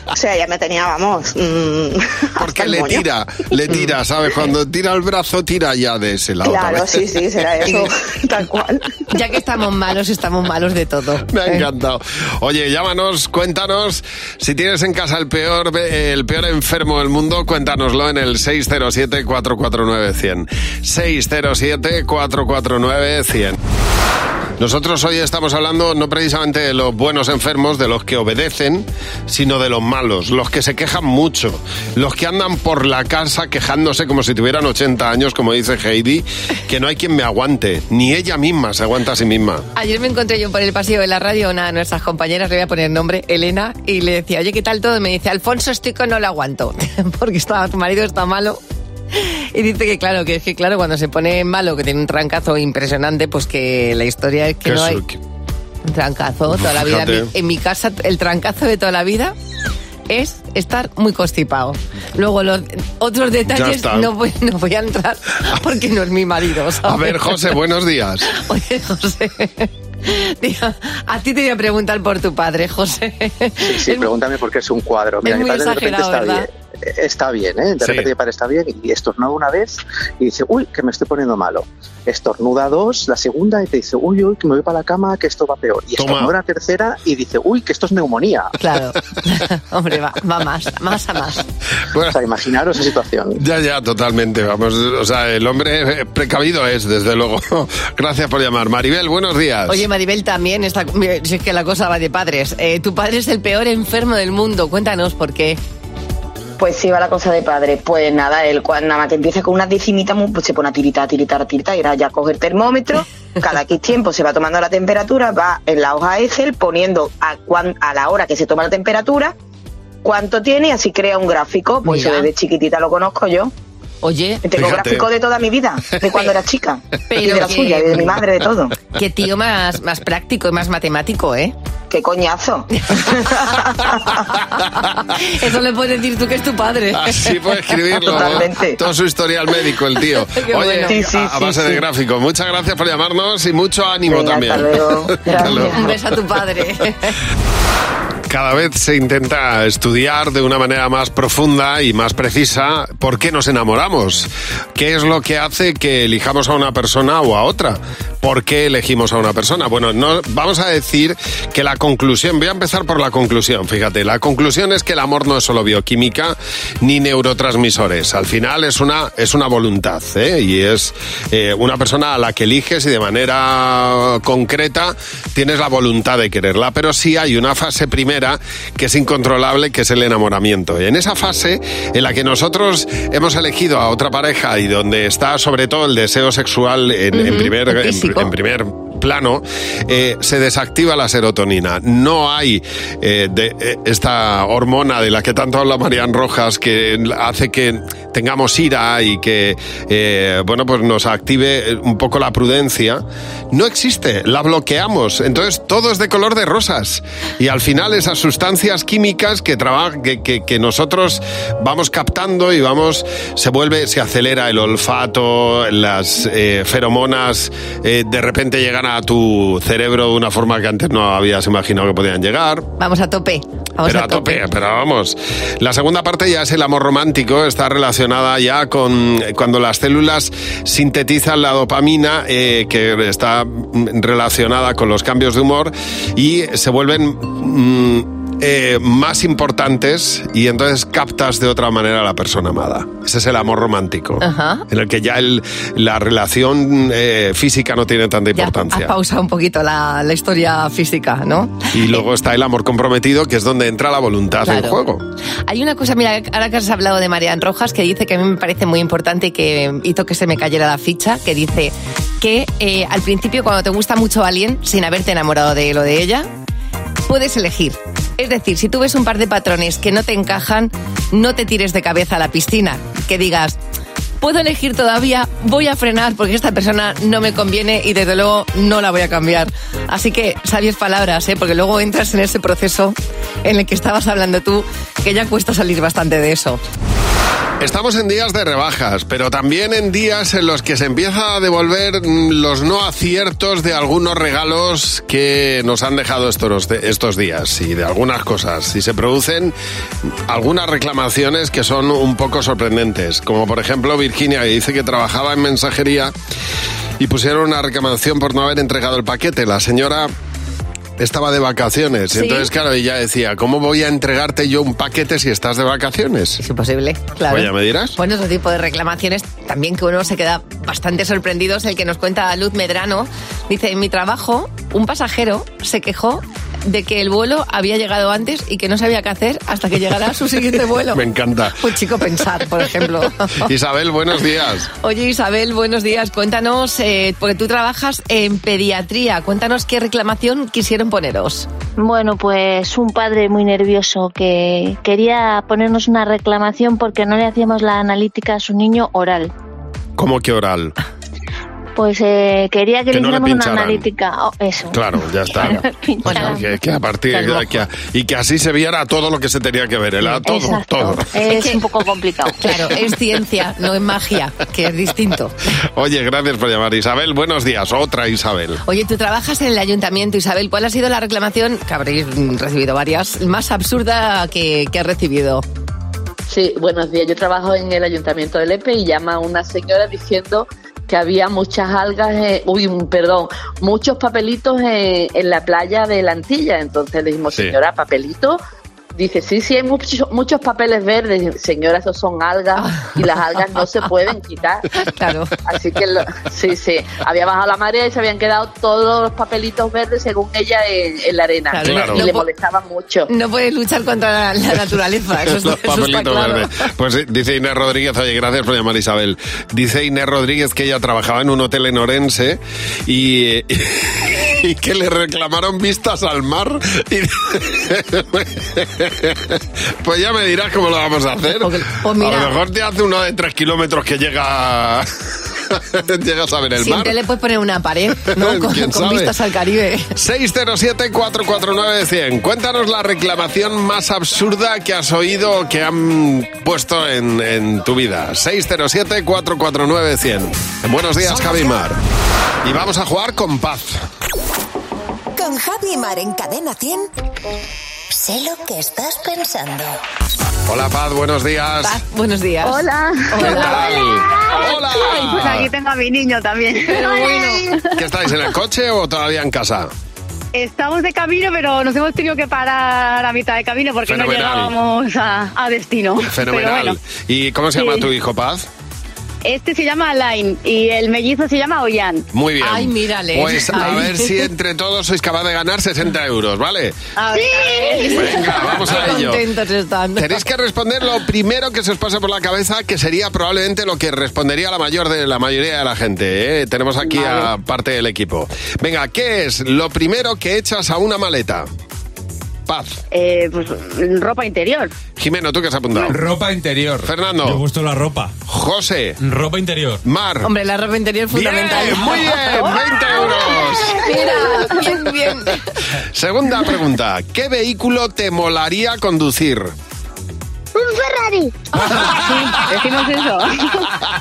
[SPEAKER 18] O sea, ya me tenía, vamos. mm, hasta
[SPEAKER 3] Porque
[SPEAKER 18] el
[SPEAKER 3] le
[SPEAKER 18] moño.
[SPEAKER 3] tira, le tira, ¿sabes? Cuando tira el brazo, tira ya de ese lado.
[SPEAKER 18] Claro,
[SPEAKER 3] ¿sabes?
[SPEAKER 18] sí, sí, será eso, tal cual.
[SPEAKER 4] Ya que estamos malos, estamos malos de todo.
[SPEAKER 3] Me ha
[SPEAKER 4] Eh,
[SPEAKER 3] encantado. Oye, llámanos, cuéntanos. Si tienes en casa el peor, el peor enfermo del mundo, cuéntanoslo en el 607-449-100. 607-449-100. Nosotros hoy estamos hablando no precisamente de los buenos enfermos, de los que obedecen, sino de los malos, los que se quejan mucho, los que andan por la casa quejándose como si tuvieran 80 años, como dice Heidi, que no hay quien me aguante, ni ella misma se aguanta a sí misma.
[SPEAKER 4] Ayer me encontré yo por el pasillo de la radio a una de nuestras compañeras, le voy a poner nombre, Elena, y le decía, oye, ¿qué tal todo? Y me dice, Alfonso, estoy con no lo aguanto, porque está, tu marido está malo. Y dice que claro, que es que claro, cuando se pone malo, que tiene un trancazo impresionante, pues que la historia es que
[SPEAKER 3] Que
[SPEAKER 4] no
[SPEAKER 3] su-
[SPEAKER 4] hay...
[SPEAKER 3] que-
[SPEAKER 4] Un trancazo toda la vida.
[SPEAKER 3] Fíjate.
[SPEAKER 4] Mi- En mi casa, el trancazo de toda la vida es estar muy constipado. Luego, los otros detalles
[SPEAKER 3] está.
[SPEAKER 4] no voy, no voy a entrar porque no es mi marido. ¿sabes?
[SPEAKER 3] A ver, José, buenos días.
[SPEAKER 4] Oye, José. Digo, a ti te voy a preguntar por tu padre, José.
[SPEAKER 19] Sí, pregúntame por qué es un cuadro. Mira,
[SPEAKER 4] es
[SPEAKER 19] mi
[SPEAKER 4] muy
[SPEAKER 19] padre de repente está
[SPEAKER 4] exagerado,
[SPEAKER 19] bien. Está bien, ¿eh? De
[SPEAKER 4] Sí.
[SPEAKER 19] repente mi padre está bien y estornuda una vez y dice, uy, que me estoy poniendo malo. Estornuda dos, la segunda y te dice, uy, uy, que me voy para la cama, que esto va peor. Y
[SPEAKER 4] Toma.
[SPEAKER 19] estornuda la tercera y dice, uy, que esto es neumonía.
[SPEAKER 4] Claro, hombre, va, va más, más a más.
[SPEAKER 19] O sea, imaginaros esa situación.
[SPEAKER 3] Ya, ya, totalmente. Vamos, o sea, el hombre eh, precavido es, desde luego. Gracias por llamar. Maribel, buenos días.
[SPEAKER 4] Oye, Maribel, también está. mira, Si es que la cosa va de padres. Eh, tu padre es el peor enfermo del mundo. Cuéntanos por qué.
[SPEAKER 20] Pues sí, va la cosa de padre. Pues nada, él cuando nada más que empieza con una decimita, mu- pues se pone a tiritar, a tiritar, a tiritar, y era ya coger termómetro. Cada X tiempo se va tomando la temperatura, va en la hoja Excel poniendo a, cuán- a la hora que se toma la temperatura cuánto tiene y así crea un gráfico. Pues
[SPEAKER 4] Mira.
[SPEAKER 20] yo desde chiquitita lo conozco yo.
[SPEAKER 4] Oye,
[SPEAKER 20] Tengo
[SPEAKER 4] Fíjate.
[SPEAKER 20] gráfico de toda mi vida, de cuando era chica. y de la
[SPEAKER 4] que-
[SPEAKER 20] suya, y de mi madre, de todo.
[SPEAKER 4] Qué tío más, más práctico y más matemático, ¿eh?
[SPEAKER 20] Qué coñazo.
[SPEAKER 4] Eso le puedes decir tú que es tu padre.
[SPEAKER 3] Así puede escribirlo. ¿no?
[SPEAKER 4] Totalmente.
[SPEAKER 3] Todo su historial médico, el tío.
[SPEAKER 4] Qué
[SPEAKER 3] Oye,
[SPEAKER 4] bueno. Sí, sí,
[SPEAKER 3] a, a
[SPEAKER 4] sí,
[SPEAKER 3] base de
[SPEAKER 4] sí.
[SPEAKER 3] gráfico. Muchas gracias por llamarnos y mucho ánimo
[SPEAKER 4] Venga,
[SPEAKER 3] también.
[SPEAKER 4] hasta luego.
[SPEAKER 3] Hasta luego.
[SPEAKER 4] Un beso a tu padre.
[SPEAKER 3] Cada vez se intenta estudiar de una manera más profunda y más precisa por qué nos enamoramos, qué es lo que hace que elijamos a una persona o a otra, por qué elegimos a una persona. Bueno, no, vamos a decir que la conclusión, voy a empezar por la conclusión, fíjate, la conclusión es que el amor no es solo bioquímica ni neurotransmisores, al final es una, es una voluntad ¿eh? y es eh, una persona a la que eliges y de manera concreta tienes la voluntad de quererla, pero sí hay una fase primera que es incontrolable, que es el enamoramiento. Y en esa fase en la que nosotros hemos elegido a otra pareja y donde está sobre todo el deseo sexual en, en primer, en- en primer plano, eh, se desactiva la serotonina. No hay eh, de- eh, esta hormona de la que tanto habla Marian Rojas que hace que tengamos ira y que eh, bueno pues nos active un poco la prudencia, no existe, la bloqueamos. Entonces todo es de color de rosas. Y al final esas sustancias químicas que, traba- que, que- que nosotros vamos captando y vamos, se vuelve, se acelera el olfato, las eh, feromonas eh, de repente llegan a tu cerebro de una forma que antes no habías imaginado que podían llegar
[SPEAKER 4] Vamos a tope. Vamos
[SPEAKER 3] pero a tope. pero vamos. La segunda parte ya es el amor romántico, está relacionada ya con eh, cuando las células sintetizan la dopamina, eh, que está mm, relacionada con los cambios de humor, y se vuelven mm, eh, más importantes y entonces captas de otra manera a la persona amada. Ese es el amor romántico,
[SPEAKER 4] Ajá.
[SPEAKER 3] en el que ya el- la relación eh, física no tiene tanta
[SPEAKER 4] Ya ah, has
[SPEAKER 3] importancia.
[SPEAKER 4] pausado un poquito la, la historia física, ¿no?
[SPEAKER 3] Y luego está el amor comprometido, que es donde entra la voluntad
[SPEAKER 4] Claro.
[SPEAKER 3] en juego.
[SPEAKER 4] Hay una cosa, mira, ahora que has hablado de Marian Rojas, que dice que a mí me parece muy importante y que hizo que se me cayera la ficha, que dice que eh, al principio cuando te gusta mucho alguien, sin haberte enamorado de él o de ella, puedes elegir. Es decir, si tú ves un par de patrones que no te encajan, no te tires de cabeza a la piscina, que digas... Puedo elegir todavía, voy a frenar porque esta persona no me conviene y desde luego no la voy a cambiar. Así que sabias palabras, ¿eh? porque luego entras en ese proceso en el que estabas hablando tú, que ya cuesta salir bastante de eso.
[SPEAKER 3] Estamos en días de rebajas, pero también en días en los que se empieza a devolver mm, los no aciertos de algunos regalos que nos han dejado estos, estos días y de algunas cosas. Y se producen algunas reclamaciones que son un poco sorprendentes, como por ejemplo Virginia, que dice que trabajaba en mensajería y pusieron una reclamación por no haber entregado el paquete. La señora estaba de vacaciones.
[SPEAKER 4] Sí.
[SPEAKER 3] Entonces, claro, ella decía, ¿cómo voy a entregarte yo un paquete si estás de vacaciones? Es
[SPEAKER 4] imposible, claro.
[SPEAKER 3] Pues ya me dirás.
[SPEAKER 4] Bueno, otro tipo de reclamaciones también que uno se queda bastante sorprendido es el que nos cuenta Luz Medrano. Dice, en mi trabajo, un pasajero se quejó de que el vuelo había llegado antes y que no sabía qué hacer hasta que llegara su siguiente vuelo.
[SPEAKER 3] Me encanta.
[SPEAKER 4] Pues chico, pensar, por ejemplo.
[SPEAKER 3] Isabel, buenos días.
[SPEAKER 4] Oye Isabel, buenos días. Cuéntanos, eh, porque tú trabajas en pediatría, cuéntanos qué reclamación quisieron poneros.
[SPEAKER 21] Bueno, pues un padre muy nervioso que quería ponernos una reclamación porque no le hacíamos la analítica a su niño oral.
[SPEAKER 3] ¿Cómo que oral?
[SPEAKER 21] Pues eh, quería que,
[SPEAKER 3] Que
[SPEAKER 21] le
[SPEAKER 3] no le
[SPEAKER 21] hiciéramos una
[SPEAKER 3] pincharan.
[SPEAKER 21] analítica. Oh, eso.
[SPEAKER 3] Claro, ya está.
[SPEAKER 21] Pincharan.
[SPEAKER 3] Que, que a partir
[SPEAKER 21] Claro.
[SPEAKER 3] que- que- y que así se viera todo lo que se tenía que ver, ¿eh? La- todo,
[SPEAKER 21] Exacto.
[SPEAKER 3] todo.
[SPEAKER 21] Es un poco complicado.
[SPEAKER 4] Claro, es ciencia, no es magia, que es distinto.
[SPEAKER 3] Oye, gracias por llamar, Isabel. Buenos días, otra Isabel.
[SPEAKER 4] Oye, tú trabajas en el ayuntamiento, Isabel. ¿Cuál ha sido la reclamación, que habréis mm, recibido varias, más absurda que, que has recibido?
[SPEAKER 22] Sí, buenos días. Yo trabajo en el ayuntamiento de Lepe y llama una señora diciendo que había muchas algas, eh, uy, un- perdón, muchos papelitos eh, en la playa de la Antilla. Entonces le dijimos,
[SPEAKER 23] Sí.
[SPEAKER 22] señora, papelito. Dice, sí, sí, hay mucho- muchos papeles verdes. Señora, esos son algas y las algas no se pueden quitar.
[SPEAKER 4] Claro.
[SPEAKER 22] Así que, lo- sí, sí, había bajado la marea y se habían quedado todos los papelitos verdes, según ella, en, en la arena.
[SPEAKER 4] Claro, Claro.
[SPEAKER 22] Y
[SPEAKER 4] no
[SPEAKER 22] le
[SPEAKER 4] po-
[SPEAKER 22] molestaba mucho.
[SPEAKER 4] No puedes luchar contra la, la naturaleza. Eso, es-
[SPEAKER 3] Los
[SPEAKER 4] eso está
[SPEAKER 3] papelitos
[SPEAKER 4] claro.
[SPEAKER 3] verdes. Pues sí, dice Inés Rodríguez, oye, gracias por llamar Isabel. Dice Inés Rodríguez que ella trabajaba en un hotel en Orense y, eh, y que le reclamaron vistas al mar. Y- pues ya me dirás cómo lo vamos a hacer.
[SPEAKER 4] pues mira.
[SPEAKER 3] A lo mejor te hace uno de tres kilómetros que llega, llegas a ver el
[SPEAKER 4] Si en
[SPEAKER 3] mar.
[SPEAKER 4] tele puedes poner una pared, ¿no? Con,
[SPEAKER 3] ¿Quién
[SPEAKER 4] con
[SPEAKER 3] sabe?
[SPEAKER 4] vistas al Caribe.
[SPEAKER 3] 607-449-100. Cuéntanos la reclamación más absurda que has oído o que han puesto en, en tu vida. 607-449-100. Buenos días, Javi Mar. Y vamos a jugar con paz.
[SPEAKER 24] Con Javi y Mar en Cadena 100. Sé lo que estás pensando.
[SPEAKER 3] Hola, Paz, buenos días.
[SPEAKER 4] Paz, buenos días.
[SPEAKER 24] Hola.
[SPEAKER 3] ¿Qué tal? Hola.
[SPEAKER 24] Pues aquí tengo a mi niño también.
[SPEAKER 3] ¿Qué estáis, en el coche o todavía en casa?
[SPEAKER 24] Estamos de camino, pero nos hemos tenido que parar a mitad de camino porque
[SPEAKER 3] Fenomenal.
[SPEAKER 24] no llegábamos a, a destino.
[SPEAKER 3] Fenomenal.
[SPEAKER 24] Pero bueno,
[SPEAKER 3] ¿Y cómo se llama
[SPEAKER 24] Sí.
[SPEAKER 3] tu hijo, Paz?
[SPEAKER 24] este se llama Alain y el mellizo se llama Ollán.
[SPEAKER 3] Muy bien.
[SPEAKER 24] mírale.
[SPEAKER 3] Pues a ver si entre todos sois capaz de ganar 60 euros, ¿vale?
[SPEAKER 24] ¡Sí!
[SPEAKER 3] Venga, vamos a
[SPEAKER 4] Qué
[SPEAKER 3] ello.
[SPEAKER 4] contentos están.
[SPEAKER 3] Tenéis que responder lo primero que se os pase por la cabeza, que sería probablemente lo que respondería la mayor de la mayoría de la gente. ¿eh? Tenemos aquí a parte del equipo. Venga, ¿qué es lo primero que echas a una maleta? Paz.
[SPEAKER 1] Eh, pues ropa interior.
[SPEAKER 3] Jimeno, ¿tú qué has apuntado?
[SPEAKER 2] Ropa interior.
[SPEAKER 3] Fernando.
[SPEAKER 2] Yo he puesto la ropa.
[SPEAKER 3] José.
[SPEAKER 2] Ropa interior.
[SPEAKER 3] Mar.
[SPEAKER 4] Hombre, la ropa interior es fundamental.
[SPEAKER 3] Bien, muy bien, 20 euros.
[SPEAKER 4] Mira, bien, bien.
[SPEAKER 3] Segunda pregunta. ¿Qué vehículo te molaría conducir?
[SPEAKER 1] ¡Un Ferrari! sí, decimos eso.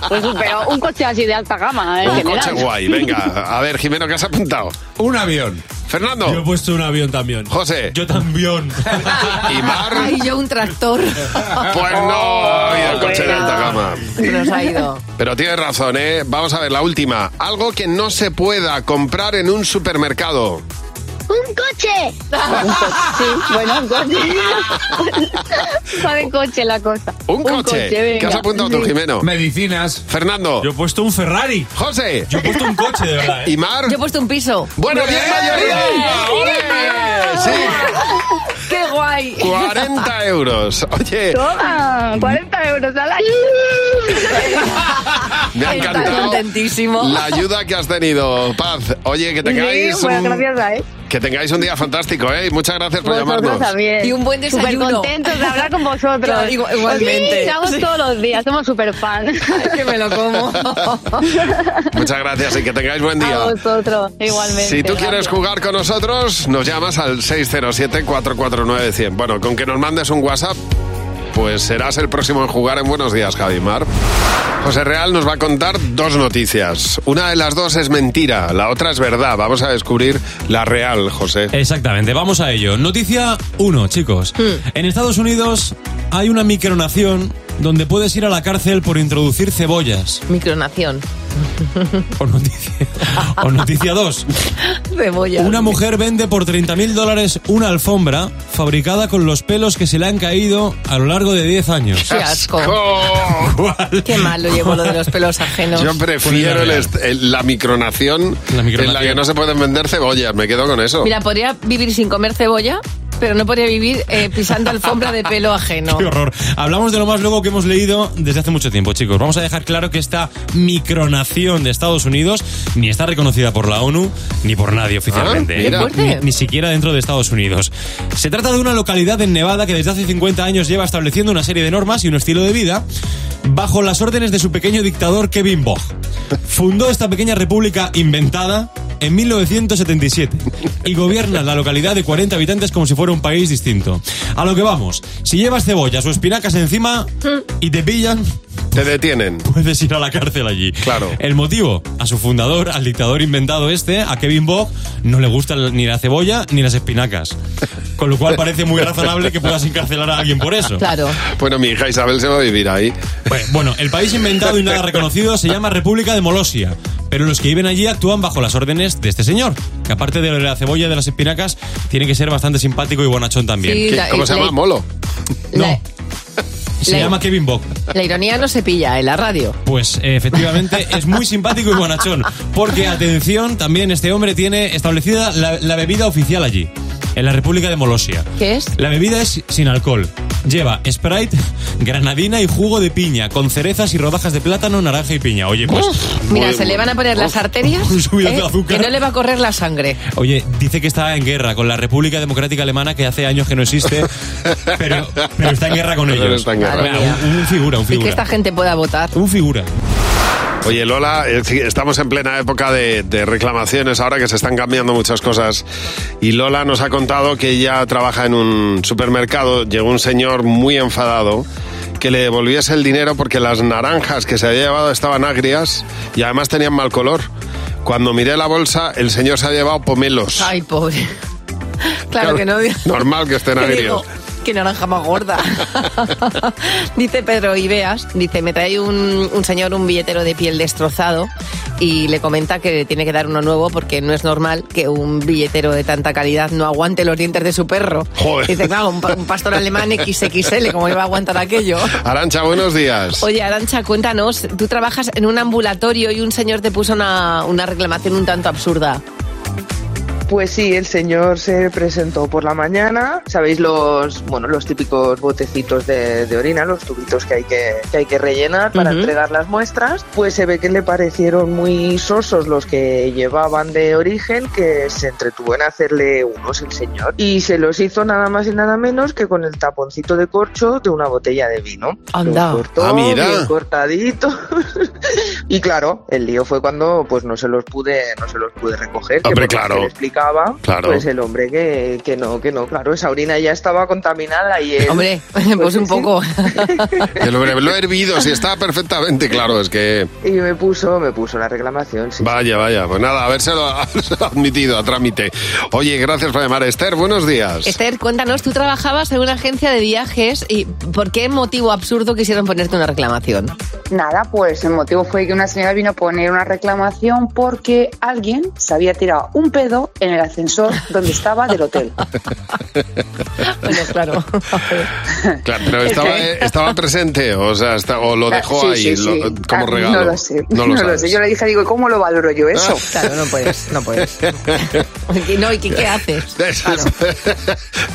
[SPEAKER 1] Pues un, pero un coche así de alta gama, ¿eh? en
[SPEAKER 3] Un
[SPEAKER 1] general.
[SPEAKER 3] coche guay, venga. A ver, Jimeno, ¿qué has apuntado?
[SPEAKER 2] Un avión.
[SPEAKER 3] Fernando.
[SPEAKER 2] Yo he puesto un avión también.
[SPEAKER 3] José.
[SPEAKER 2] Yo también.
[SPEAKER 3] ¿Y Mar?
[SPEAKER 4] Ay, yo un tractor.
[SPEAKER 3] Pues no, y el coche de alta gama.
[SPEAKER 4] Se nos ha ido.
[SPEAKER 3] Pero tienes razón, ¿eh? Vamos a ver la última. Algo que no se pueda comprar en un supermercado.
[SPEAKER 1] ¡Un coche! Sí, bueno, un coche. Va de coche la cosa.
[SPEAKER 3] Un coche. ¿Qué has apuntado tú, Jimeno?
[SPEAKER 2] Medicinas.
[SPEAKER 3] Fernando.
[SPEAKER 2] Yo he puesto un Ferrari.
[SPEAKER 3] José.
[SPEAKER 2] Yo he puesto un coche, de verdad. ¿eh?
[SPEAKER 3] ¿Y Mar?
[SPEAKER 4] Yo he puesto un piso.
[SPEAKER 3] Bueno, bien, mayoría. ¡Ole!
[SPEAKER 4] ¡Qué guay!
[SPEAKER 3] Sí, 40 euros. Oye,
[SPEAKER 1] Toma, 40 euros al año.
[SPEAKER 3] me ha
[SPEAKER 4] Está
[SPEAKER 3] encantado
[SPEAKER 4] contentísimo.
[SPEAKER 3] la ayuda que has tenido, Paz. Oye, que tengáis,
[SPEAKER 1] Sí, bueno,
[SPEAKER 3] un,
[SPEAKER 1] gracias a él.
[SPEAKER 3] que tengáis un día fantástico, ¿eh? Y muchas gracias por llamarnos.
[SPEAKER 1] también.
[SPEAKER 4] Y un buen desayuno.
[SPEAKER 1] Súper contentos de hablar con
[SPEAKER 4] Claro,
[SPEAKER 1] vosotros.
[SPEAKER 4] igual- igualmente.
[SPEAKER 1] Sí, estamos
[SPEAKER 4] Sí.
[SPEAKER 1] todos los días, somos súper fans.
[SPEAKER 4] Es que me lo como.
[SPEAKER 3] Muchas gracias y que tengáis buen día.
[SPEAKER 1] A vosotros, igualmente.
[SPEAKER 3] Si tú quieres
[SPEAKER 1] gracias.
[SPEAKER 3] jugar con nosotros, nos llamas al 607-449-100. Bueno, con que nos mandes un WhatsApp, pues serás el próximo en jugar en Buenos Días, Javimar. José Real nos va a contar dos noticias. Una de las dos es mentira, la otra es verdad. Vamos a descubrir la real, José.
[SPEAKER 2] Exactamente, vamos a ello. Noticia 1, chicos.
[SPEAKER 4] Hmm.
[SPEAKER 2] En Estados Unidos hay una micronación donde puedes ir a la cárcel por introducir cebollas.
[SPEAKER 4] Micronación.
[SPEAKER 2] O noticia 2.
[SPEAKER 4] Cebolla.
[SPEAKER 2] Una mujer vende por 30.000 dólares una alfombra fabricada con los pelos que se le han caído a lo largo de 10 años.
[SPEAKER 4] Qué asco.
[SPEAKER 2] ¿Cuál?
[SPEAKER 4] Qué malo llevo lo de los pelos ajenos.
[SPEAKER 3] Yo prefiero
[SPEAKER 2] Ponle la
[SPEAKER 3] el est- el- la, micronación en la
[SPEAKER 2] micronación.
[SPEAKER 3] que no se pueden vender cebollas. Me quedo con eso.
[SPEAKER 4] Mira, podría vivir sin comer cebolla, pero no podría vivir eh, pisando alfombra de pelo ajeno.
[SPEAKER 2] Qué horror. Hablamos de lo más loco que hemos leído desde hace mucho tiempo, chicos. Vamos a dejar claro que esta micronación de Estados Unidos ni está reconocida por la ONU ni por nadie oficialmente.
[SPEAKER 3] Ah, mira.
[SPEAKER 2] ¿eh?
[SPEAKER 3] Qué fuerte.
[SPEAKER 2] Ni, ni siquiera dentro de Estados Unidos. Se trata de una localidad en Nevada que desde hace 50 años lleva estableciendo una serie de normas y un estilo de vida bajo las órdenes de su pequeño dictador Kevin Bogg. Fundó esta pequeña república inventada en 1977 y gobierna la localidad de 40 habitantes como si fuera un país distinto. A lo que vamos, si llevas cebollas o espinacas encima y te pillan,
[SPEAKER 3] Te detienen.
[SPEAKER 2] puedes ir a la cárcel allí.
[SPEAKER 3] Claro.
[SPEAKER 2] El motivo, a su fundador, al dictador inventado este, a Kevin Bogg, no le gusta ni la cebolla ni las espinacas. Con lo cual parece muy razonable que puedas encarcelar a alguien por eso.
[SPEAKER 4] Claro.
[SPEAKER 3] Bueno, mi hija Isabel se va a vivir ahí.
[SPEAKER 2] Bueno, Bueno, el país inventado y nada reconocido se llama República de Molosia, pero los que viven allí actúan bajo las órdenes de este señor, que aparte de la cebolla y de las espinacas, tiene que ser bastante simpático y bonachón también.
[SPEAKER 4] Sí,
[SPEAKER 3] ¿Qué-
[SPEAKER 4] la-
[SPEAKER 3] ¿Cómo se
[SPEAKER 4] la-
[SPEAKER 3] llama? Molo.
[SPEAKER 4] La,
[SPEAKER 2] se
[SPEAKER 4] la-
[SPEAKER 2] llama Kevin Bock.
[SPEAKER 4] la ironía no se pilla en la radio.
[SPEAKER 2] Pues eh, efectivamente es muy simpático y bonachón, porque atención, también este hombre tiene establecida la, la bebida oficial allí, en la República de Molosia.
[SPEAKER 4] ¿Qué es?
[SPEAKER 2] La bebida es sin alcohol. Lleva Sprite, granadina y jugo de piña, con cerezas y rodajas de plátano, naranja y piña. Oye, pues...
[SPEAKER 4] Mira,
[SPEAKER 2] muy-
[SPEAKER 4] se le van a poner las arterias
[SPEAKER 2] Un subidón de
[SPEAKER 4] ¿eh?
[SPEAKER 2] azúcar.
[SPEAKER 4] que no le va a correr la sangre.
[SPEAKER 2] Oye, dice que está en guerra con la República Democrática Alemana, que hace años que no existe, pero, pero está en guerra con
[SPEAKER 3] Pero
[SPEAKER 2] ellos.
[SPEAKER 3] está en guerra.
[SPEAKER 2] Mira, un, un figura, un
[SPEAKER 4] Y que
[SPEAKER 2] figura.
[SPEAKER 4] esta gente pueda votar.
[SPEAKER 2] Un figura.
[SPEAKER 3] Oye, Lola, eh, sí, estamos en plena época de, de reclamaciones ahora que se están cambiando muchas cosas. Y Lola nos ha contado que ella trabaja en un supermercado. Llegó un señor muy enfadado que le devolviese el dinero porque las naranjas que se había llevado estaban agrias y además tenían mal color. Cuando miré la bolsa, el señor se ha llevado pomelos.
[SPEAKER 4] Ay, pobre. Claro, que no.
[SPEAKER 3] Normal que estén
[SPEAKER 4] que
[SPEAKER 3] agrios.
[SPEAKER 4] digo, Qué naranja más gorda. dice Pedro Ibeas, dice, me trae un, un señor un billetero de piel destrozado y le comenta que le tiene que dar uno nuevo porque no es normal que un billetero de tanta calidad no aguante los dientes de su perro.
[SPEAKER 3] Joder.
[SPEAKER 4] Dice, claro, un, pa- un pastor alemán XXL, ¿cómo iba a aguantar aquello?
[SPEAKER 3] Arancha, buenos días.
[SPEAKER 4] Oye, Arancha, cuéntanos, tú trabajas en un ambulatorio y un señor te puso una, una reclamación un tanto absurda.
[SPEAKER 5] Pues sí, el señor se presentó por la mañana. Sabéis los, bueno, los típicos botecitos de, de orina, los tubitos que hay que, que hay que rellenar para
[SPEAKER 6] Ujú.
[SPEAKER 5] entregar las muestras. Pues se ve que le parecieron muy sosos los que llevaban de origen, que se entretuvo en hacerle unos el señor. Y se los hizo nada más y nada menos que con el taponcito de corcho de una botella de vino.
[SPEAKER 4] Anda.
[SPEAKER 5] Los cortó,
[SPEAKER 4] Ah, mira.
[SPEAKER 5] bien cortadito. y claro, el lío fue cuando pues no se los pude, no se los pude recoger. que
[SPEAKER 3] Hombre,
[SPEAKER 5] por lo que
[SPEAKER 3] claro.
[SPEAKER 5] se le explicaba,
[SPEAKER 3] Claro.
[SPEAKER 5] pues el hombre que, que no, que no, claro, esa orina ya estaba contaminada y él-
[SPEAKER 4] Hombre, pues un poco.
[SPEAKER 3] Que lo, lo he hervido, si está perfectamente claro, es que...
[SPEAKER 5] Y me puso, me puso la reclamación, sí.
[SPEAKER 3] Vaya, vaya, pues nada, habérselo habérselo admitido a trámite. Oye, gracias por llamar. Esther, buenos días.
[SPEAKER 4] Esther, cuéntanos, tú trabajabas en una agencia de viajes y ¿por qué motivo absurdo quisieron ponerte una reclamación?
[SPEAKER 8] Nada, pues el motivo fue que una señora vino a poner una reclamación porque alguien se había tirado un pedo en el ascensor donde estaba del hotel.
[SPEAKER 4] bueno, claro.
[SPEAKER 3] Claro, pero estaba,
[SPEAKER 8] Esther.
[SPEAKER 3] estaba presente, o sea, está- o lo
[SPEAKER 8] Claro,
[SPEAKER 3] dejó
[SPEAKER 8] Ah, sí,
[SPEAKER 3] ahí
[SPEAKER 8] sí, sí.
[SPEAKER 3] lo- como
[SPEAKER 8] Ah,
[SPEAKER 3] regalo.
[SPEAKER 8] No lo sé.
[SPEAKER 3] No lo sabes.
[SPEAKER 8] sé. Yo le dije, digo, ¿cómo lo valoro yo eso?
[SPEAKER 4] Claro, no puedes, no puedes. Y No, ¿y qué, qué haces?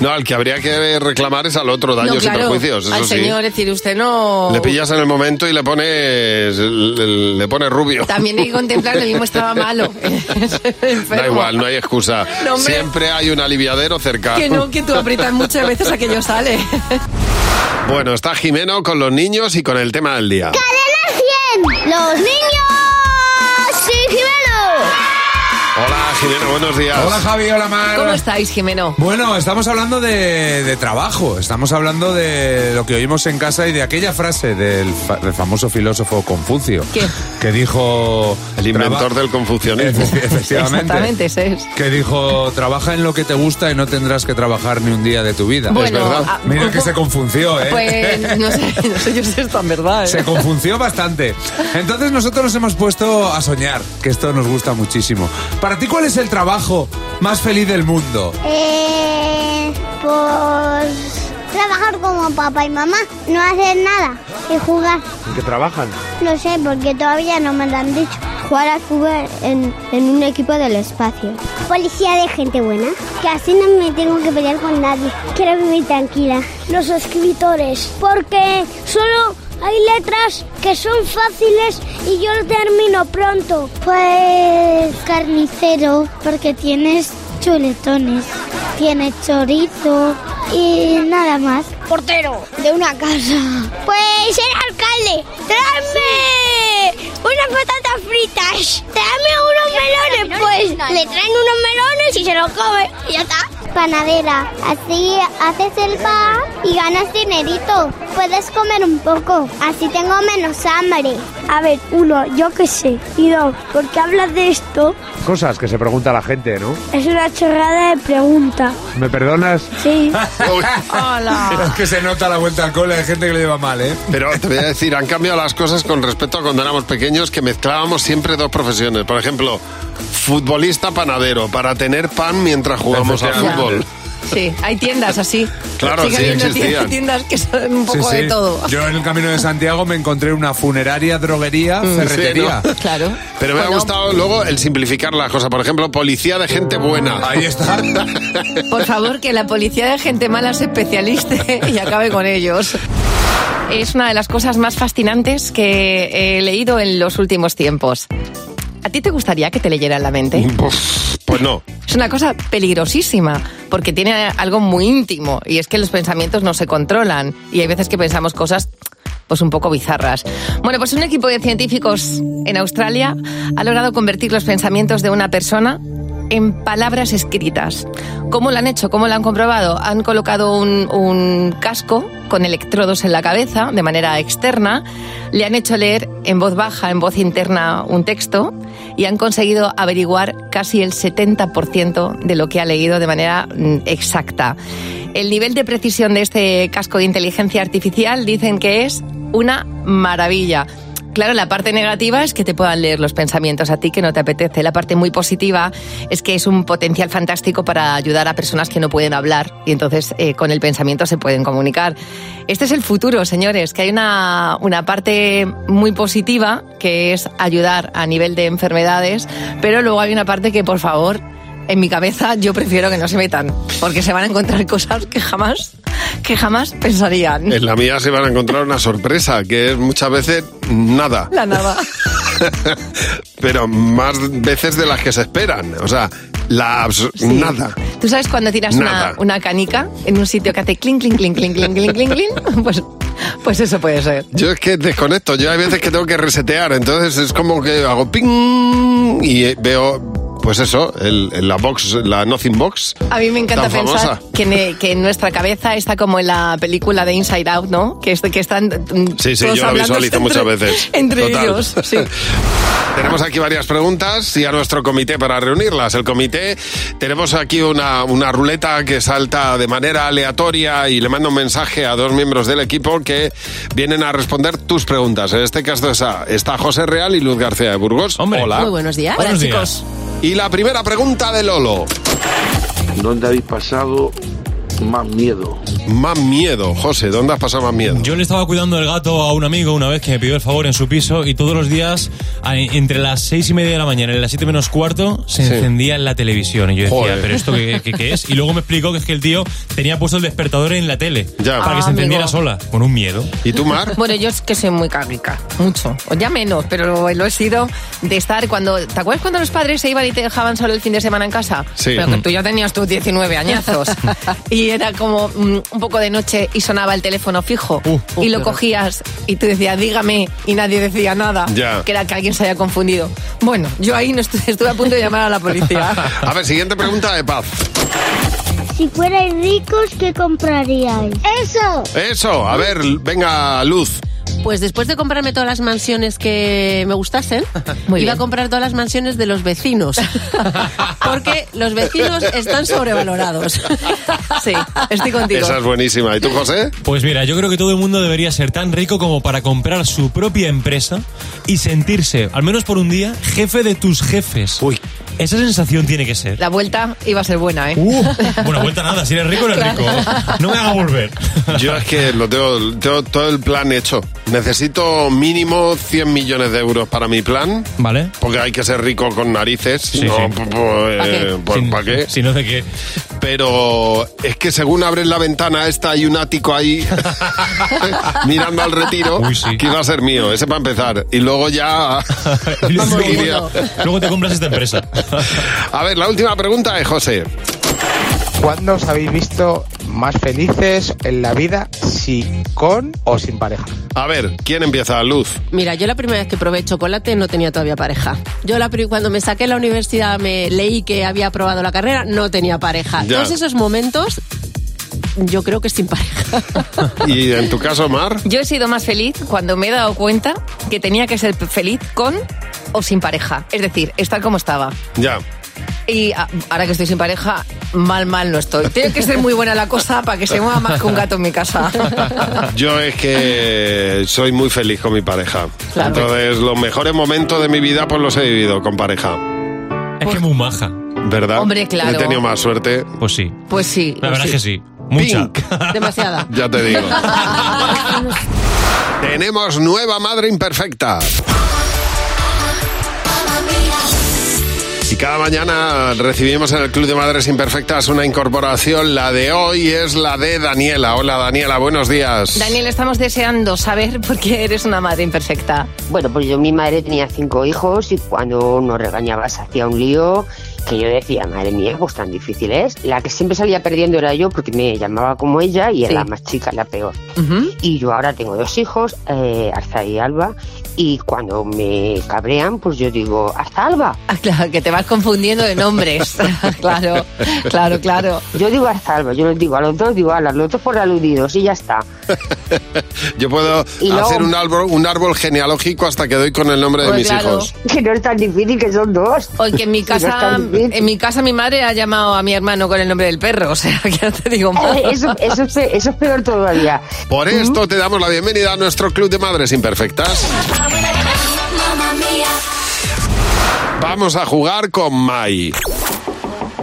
[SPEAKER 3] No, al que habría que reclamar es al otro, daños
[SPEAKER 4] no, claro,
[SPEAKER 3] y perjuicios, eso
[SPEAKER 4] al
[SPEAKER 3] sí.
[SPEAKER 4] señor, es decir, usted no...
[SPEAKER 3] Le pillas en el momento y le pones, le, le pones rubio.
[SPEAKER 4] También hay que contemplar que el mismo estaba malo.
[SPEAKER 3] Da igual, no hay excusa.
[SPEAKER 4] No, hombre.
[SPEAKER 3] Siempre hay un aliviadero cerca.
[SPEAKER 4] Que no, que tú aprietas muchas veces aquello sale.
[SPEAKER 3] Bueno, está Jimeno con los niños y con el tema del día.
[SPEAKER 23] ¡Cadena 100! ¡Los niños! ¡Sí,
[SPEAKER 3] Hola, Jimeno, buenos días.
[SPEAKER 25] Hola, Javi, hola, Mar.
[SPEAKER 4] ¿Cómo estáis, Jimeno?
[SPEAKER 25] Bueno, estamos hablando de, de trabajo, estamos hablando de lo que oímos en casa y de aquella frase del, fa- del famoso filósofo Confucio.
[SPEAKER 4] ¿Qué?
[SPEAKER 25] Que dijo... El
[SPEAKER 3] inventor del confucianismo.
[SPEAKER 25] Efectivamente.
[SPEAKER 4] Exactamente, ese es.
[SPEAKER 25] Que dijo, trabaja en lo que te gusta y no tendrás que trabajar ni un día de tu vida.
[SPEAKER 4] Bueno, Es verdad. a-
[SPEAKER 25] Mira que se confundió, ¿eh?
[SPEAKER 4] Pues no sé, no sé yo si es tan verdad. ¿eh?
[SPEAKER 25] Se confundió bastante. Entonces nosotros nos hemos puesto a soñar, que esto nos gusta muchísimo. Para ti, ¿cuál es el trabajo más feliz del mundo?
[SPEAKER 23] Eh, pues trabajar como papá y mamá, no hacer nada y jugar.
[SPEAKER 26] ¿En qué trabajan?
[SPEAKER 23] Lo sé porque todavía no me lo han dicho. Jugar al fútbol en, en un equipo del espacio. Policía de gente buena, que así no me tengo que pelear con nadie. Quiero vivir tranquila. Los escritores, porque solo hay letras que son fáciles y yo termino pronto. Pues carnicero, porque tienes chuletones, tienes chorizo y nada más. Portero de una casa. Pues ser alcalde. ¡Tráeme! Unas patatas fritas. Tráeme unos melones, pues. Le traen unos melones y se los come. Y ya está. Panadera. Así haces el pan y ganas dinerito. Puedes comer un poco. Así tengo menos hambre. A ver, uno, yo qué sé. Y dos, ¿por qué hablas de esto?
[SPEAKER 26] Cosas que se pregunta la gente, ¿no?
[SPEAKER 23] Es una chorrada de pregunta.
[SPEAKER 25] ¿Me perdonas?
[SPEAKER 23] Sí.
[SPEAKER 25] Es que se nota la vuelta al cole, hay gente que lo lleva mal, ¿eh?
[SPEAKER 3] Pero te voy a decir, han cambiado las cosas con respecto a cuando éramos pequeños, que mezclábamos siempre dos profesiones. Por ejemplo, futbolista panadero, para tener pan mientras jugamos al
[SPEAKER 4] Efectivamente.
[SPEAKER 3] fútbol.
[SPEAKER 4] Sí, hay tiendas así.
[SPEAKER 3] Claro,
[SPEAKER 4] Sigue
[SPEAKER 3] sí,
[SPEAKER 4] habiendo tie-
[SPEAKER 25] existían.
[SPEAKER 4] tiendas que son un poco
[SPEAKER 25] Sí, sí.
[SPEAKER 4] de todo.
[SPEAKER 25] Yo en el camino de Santiago me encontré una funeraria,
[SPEAKER 3] Mm.
[SPEAKER 25] droguería, ferretería.
[SPEAKER 3] Sí, ¿no?
[SPEAKER 4] Claro.
[SPEAKER 3] Pero me ha gustado luego el simplificar las cosas. Por ejemplo, policía de gente buena.
[SPEAKER 25] Ahí está.
[SPEAKER 4] Por favor, que la policía de gente mala se especialiste y acabe con ellos. Es una de las cosas más fascinantes que he leído en los últimos tiempos. ¿A ti te gustaría que te leyeran la mente?
[SPEAKER 3] Pues no.
[SPEAKER 4] Es una cosa peligrosísima, porque tiene algo muy íntimo, y es que los pensamientos no se controlan, y hay veces que pensamos cosas pues un poco bizarras. Bueno, pues un equipo de científicos en Australia ha logrado convertir los pensamientos de una persona en palabras escritas. ¿Cómo lo han hecho? ¿Cómo lo han comprobado? Han colocado un, un casco con electrodos en la cabeza de manera externa, le han hecho leer en voz baja, en voz interna, un texto y han conseguido averiguar casi el 70% de lo que ha leído de manera mm, exacta. El nivel de precisión de este casco de inteligencia artificial dicen que es una maravilla. Claro, la parte negativa es que te puedan leer los pensamientos a ti que no te apetece. La parte muy positiva es que es un potencial fantástico para ayudar a personas que no pueden hablar y entonces eh, con el pensamiento se pueden comunicar. Este es el futuro, señores, que hay una, una parte muy positiva que es ayudar a nivel de enfermedades, pero luego hay una parte que, por favor, en mi cabeza yo prefiero que no se metan, porque se van a encontrar cosas que jamás, que jamás pensarían.
[SPEAKER 3] En la mía se van a encontrar una sorpresa, que es muchas veces nada.
[SPEAKER 4] La nada.
[SPEAKER 3] Pero más veces de las que se esperan. O sea, la abs- nada.
[SPEAKER 4] ¿Tú sabes cuando tiras una,
[SPEAKER 3] Nada.
[SPEAKER 4] una canica en un sitio que hace clink, clink, clink, clink, clink, clink, clink, clink? Pues, pues eso puede ser.
[SPEAKER 3] Yo es que desconecto, yo hay veces que tengo que resetear, entonces es como que hago ping y eh, veo, pues eso, el, el- la box, la Nothing Box.
[SPEAKER 4] A mí me encanta
[SPEAKER 3] tan
[SPEAKER 4] pensar
[SPEAKER 3] famosa.
[SPEAKER 4] que, ne- que en nuestra cabeza está como en la película de Inside Out, ¿no? Que, es- que están mm,
[SPEAKER 3] Sí, sí,
[SPEAKER 4] todos
[SPEAKER 3] yo la
[SPEAKER 4] hablándose
[SPEAKER 3] visualizo muchas
[SPEAKER 4] entre-
[SPEAKER 3] veces.
[SPEAKER 4] Entre
[SPEAKER 3] Total.
[SPEAKER 4] ellos, sí.
[SPEAKER 3] Tenemos aquí varias preguntas y a nuestro comité para reunirlas. El comité, tenemos aquí una, una ruleta que salta de manera aleatoria y le manda un mensaje a dos miembros del equipo que vienen a responder tus preguntas. En este caso está, está José Real y Luz García de Burgos. Hola.
[SPEAKER 4] Muy buenos días.
[SPEAKER 3] Hola, Buenos días. Y la primera pregunta de Lolo.
[SPEAKER 6] ¿Dónde habéis pasado más miedo?
[SPEAKER 3] Más miedo, José, ¿dónde has pasado más miedo?
[SPEAKER 2] Yo le estaba cuidando el gato a un amigo una vez que me pidió el favor en su piso y todos los días, a- entre las seis y media de la mañana y las siete menos cuarto, se
[SPEAKER 9] Sí.
[SPEAKER 2] encendía la televisión. Y yo decía,
[SPEAKER 9] Joder.
[SPEAKER 2] ¿pero esto qué, qué- qué es? Y luego me explicó que es que el tío tenía puesto el despertador en la tele para
[SPEAKER 4] Ah,
[SPEAKER 2] que se encendiera
[SPEAKER 4] amigo.
[SPEAKER 2] sola, con un miedo.
[SPEAKER 3] ¿Y
[SPEAKER 4] Bueno, yo es que soy muy cágica, mucho. O ya menos, pero lo he sido de estar cuando. ¿Te acuerdas cuando los padres se iban y te dejaban solo el fin de semana en casa?
[SPEAKER 6] Sí.
[SPEAKER 4] Pero que tú ya tenías tus 19 añazos. y era como mm, un poco de noche y sonaba el teléfono fijo.
[SPEAKER 3] Uh,
[SPEAKER 4] y lo cogías y tú decías, dígame, y nadie decía nada.
[SPEAKER 3] Ya.
[SPEAKER 4] Que era que alguien se haya confundido. Bueno, yo ahí no estu- estuve, a punto de llamar a la policía.
[SPEAKER 3] A ver, siguiente pregunta de Paz.
[SPEAKER 23] Si fuerais ricos, ¿qué compraríais? ¡Eso!
[SPEAKER 3] Eso, a ver, venga, Luz.
[SPEAKER 10] Pues después de comprarme todas las mansiones que me gustasen, iba a comprar todas las mansiones de los vecinos. Porque los vecinos están sobrevalorados. Sí, estoy contigo.
[SPEAKER 3] Esa es buenísima. ¿Y tú, José?
[SPEAKER 2] Pues mira, yo creo que todo el mundo debería ser tan rico como para comprar su propia empresa y sentirse, al menos por un día, jefe de tus jefes.
[SPEAKER 3] Uy.
[SPEAKER 2] Esa sensación tiene que ser.
[SPEAKER 4] La vuelta iba a ser buena, ¿eh?
[SPEAKER 2] Bueno, vuelta nada, si eres rico, eres rico. No me haga volver.
[SPEAKER 3] Yo es que lo tengo, tengo todo el plan hecho. Necesito mínimo 100 millones de euros para mi plan.
[SPEAKER 2] Vale.
[SPEAKER 3] Porque hay que ser rico con narices.
[SPEAKER 2] Sí,
[SPEAKER 3] no,
[SPEAKER 2] sí.
[SPEAKER 3] pues, pues,
[SPEAKER 2] ¿Pa' qué?
[SPEAKER 3] eh, pues,
[SPEAKER 2] Si-
[SPEAKER 3] ¿pa' qué?
[SPEAKER 2] si no, ¿de qué?
[SPEAKER 3] Pero es que según abres la ventana esta hay un ático ahí mirando al retiro
[SPEAKER 2] Uy, sí.
[SPEAKER 3] que iba a ser mío, ese para empezar. Y luego ya... seguiría.
[SPEAKER 2] Luego te compras esta empresa.
[SPEAKER 3] A ver, la última pregunta de José.
[SPEAKER 11] ¿Cuándo os habéis visto más felices en la vida, si con o sin pareja?
[SPEAKER 3] A ver, ¿quién empieza? Luz.
[SPEAKER 10] Mira, yo la primera vez que probé chocolate no tenía todavía pareja. Yo la pri- cuando me saqué de la universidad me leí que había aprobado la carrera, no tenía pareja.
[SPEAKER 3] Ya.
[SPEAKER 10] Todos esos momentos, yo creo que sin pareja.
[SPEAKER 3] ¿Y en tu caso, Mar?
[SPEAKER 4] Yo he sido más feliz cuando me he dado cuenta que tenía que ser feliz con o sin pareja. Es decir, estar como estaba.
[SPEAKER 3] Ya.
[SPEAKER 4] Y a- ahora que estoy sin pareja, mal, mal no estoy. Tiene que ser muy buena la cosa para que se mueva más que un gato en mi casa.
[SPEAKER 3] Yo es que soy muy feliz con mi pareja.
[SPEAKER 4] Claro.
[SPEAKER 3] Entonces, los mejores momentos de mi vida pues los he vivido con pareja.
[SPEAKER 2] Es que es muy maja.
[SPEAKER 3] ¿Verdad?
[SPEAKER 4] Hombre, claro.
[SPEAKER 3] He tenido más suerte.
[SPEAKER 2] Pues sí.
[SPEAKER 4] Pues sí.
[SPEAKER 2] La verdad es que sí. Mucha.
[SPEAKER 10] Demasiada.
[SPEAKER 3] Ya te digo. Tenemos nueva madre imperfecta. Y cada mañana recibimos en el Club de Madres Imperfectas una incorporación. La de hoy es la de Daniela. Hola Daniela, buenos días.
[SPEAKER 4] Daniel, estamos deseando saber por qué eres una madre imperfecta.
[SPEAKER 12] Bueno, pues yo mi madre tenía cinco hijos y cuando nos regañaba se hacía un lío que yo decía, madre mía, pues tan difícil es. La que siempre salía perdiendo era yo porque me llamaba como ella y era
[SPEAKER 11] Sí.
[SPEAKER 12] la más chica, la peor. Y yo ahora tengo dos hijos, eh, Arza y Alba, y cuando me cabrean, pues yo digo, Arza Alba.
[SPEAKER 4] Ah, claro, que te vas confundiendo de nombres. claro, claro, claro.
[SPEAKER 12] Yo digo Arza Alba, yo les digo a los dos, digo a los dos por aludidos y ya está.
[SPEAKER 3] Yo puedo
[SPEAKER 12] Y luego-
[SPEAKER 3] hacer un árbol, un árbol genealógico hasta que doy con el nombre de
[SPEAKER 4] Pues
[SPEAKER 3] mis
[SPEAKER 4] claro.
[SPEAKER 3] hijos.
[SPEAKER 12] Que no es tan difícil, que son dos.
[SPEAKER 4] Oye, que en mi
[SPEAKER 12] Si no es
[SPEAKER 4] casa,
[SPEAKER 12] tan difícil.
[SPEAKER 4] en mi casa mi madre ha llamado a mi hermano con el nombre del perro, o sea, que no te digo más.
[SPEAKER 12] Eso, eso es pe- eso es peor todavía.
[SPEAKER 3] Por esto te damos la bienvenida a nuestro Club de Madres Imperfectas. Vamos a jugar con Mai.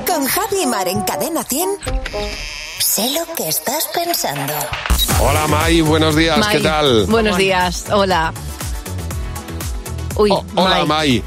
[SPEAKER 24] Con Javi Mar en Cadena 100. Sé lo que estás pensando.
[SPEAKER 3] Hola Mai, buenos días,
[SPEAKER 4] Mai,
[SPEAKER 3] ¿qué tal?
[SPEAKER 4] Buenos días, hola. Uy,
[SPEAKER 3] Hola Mai.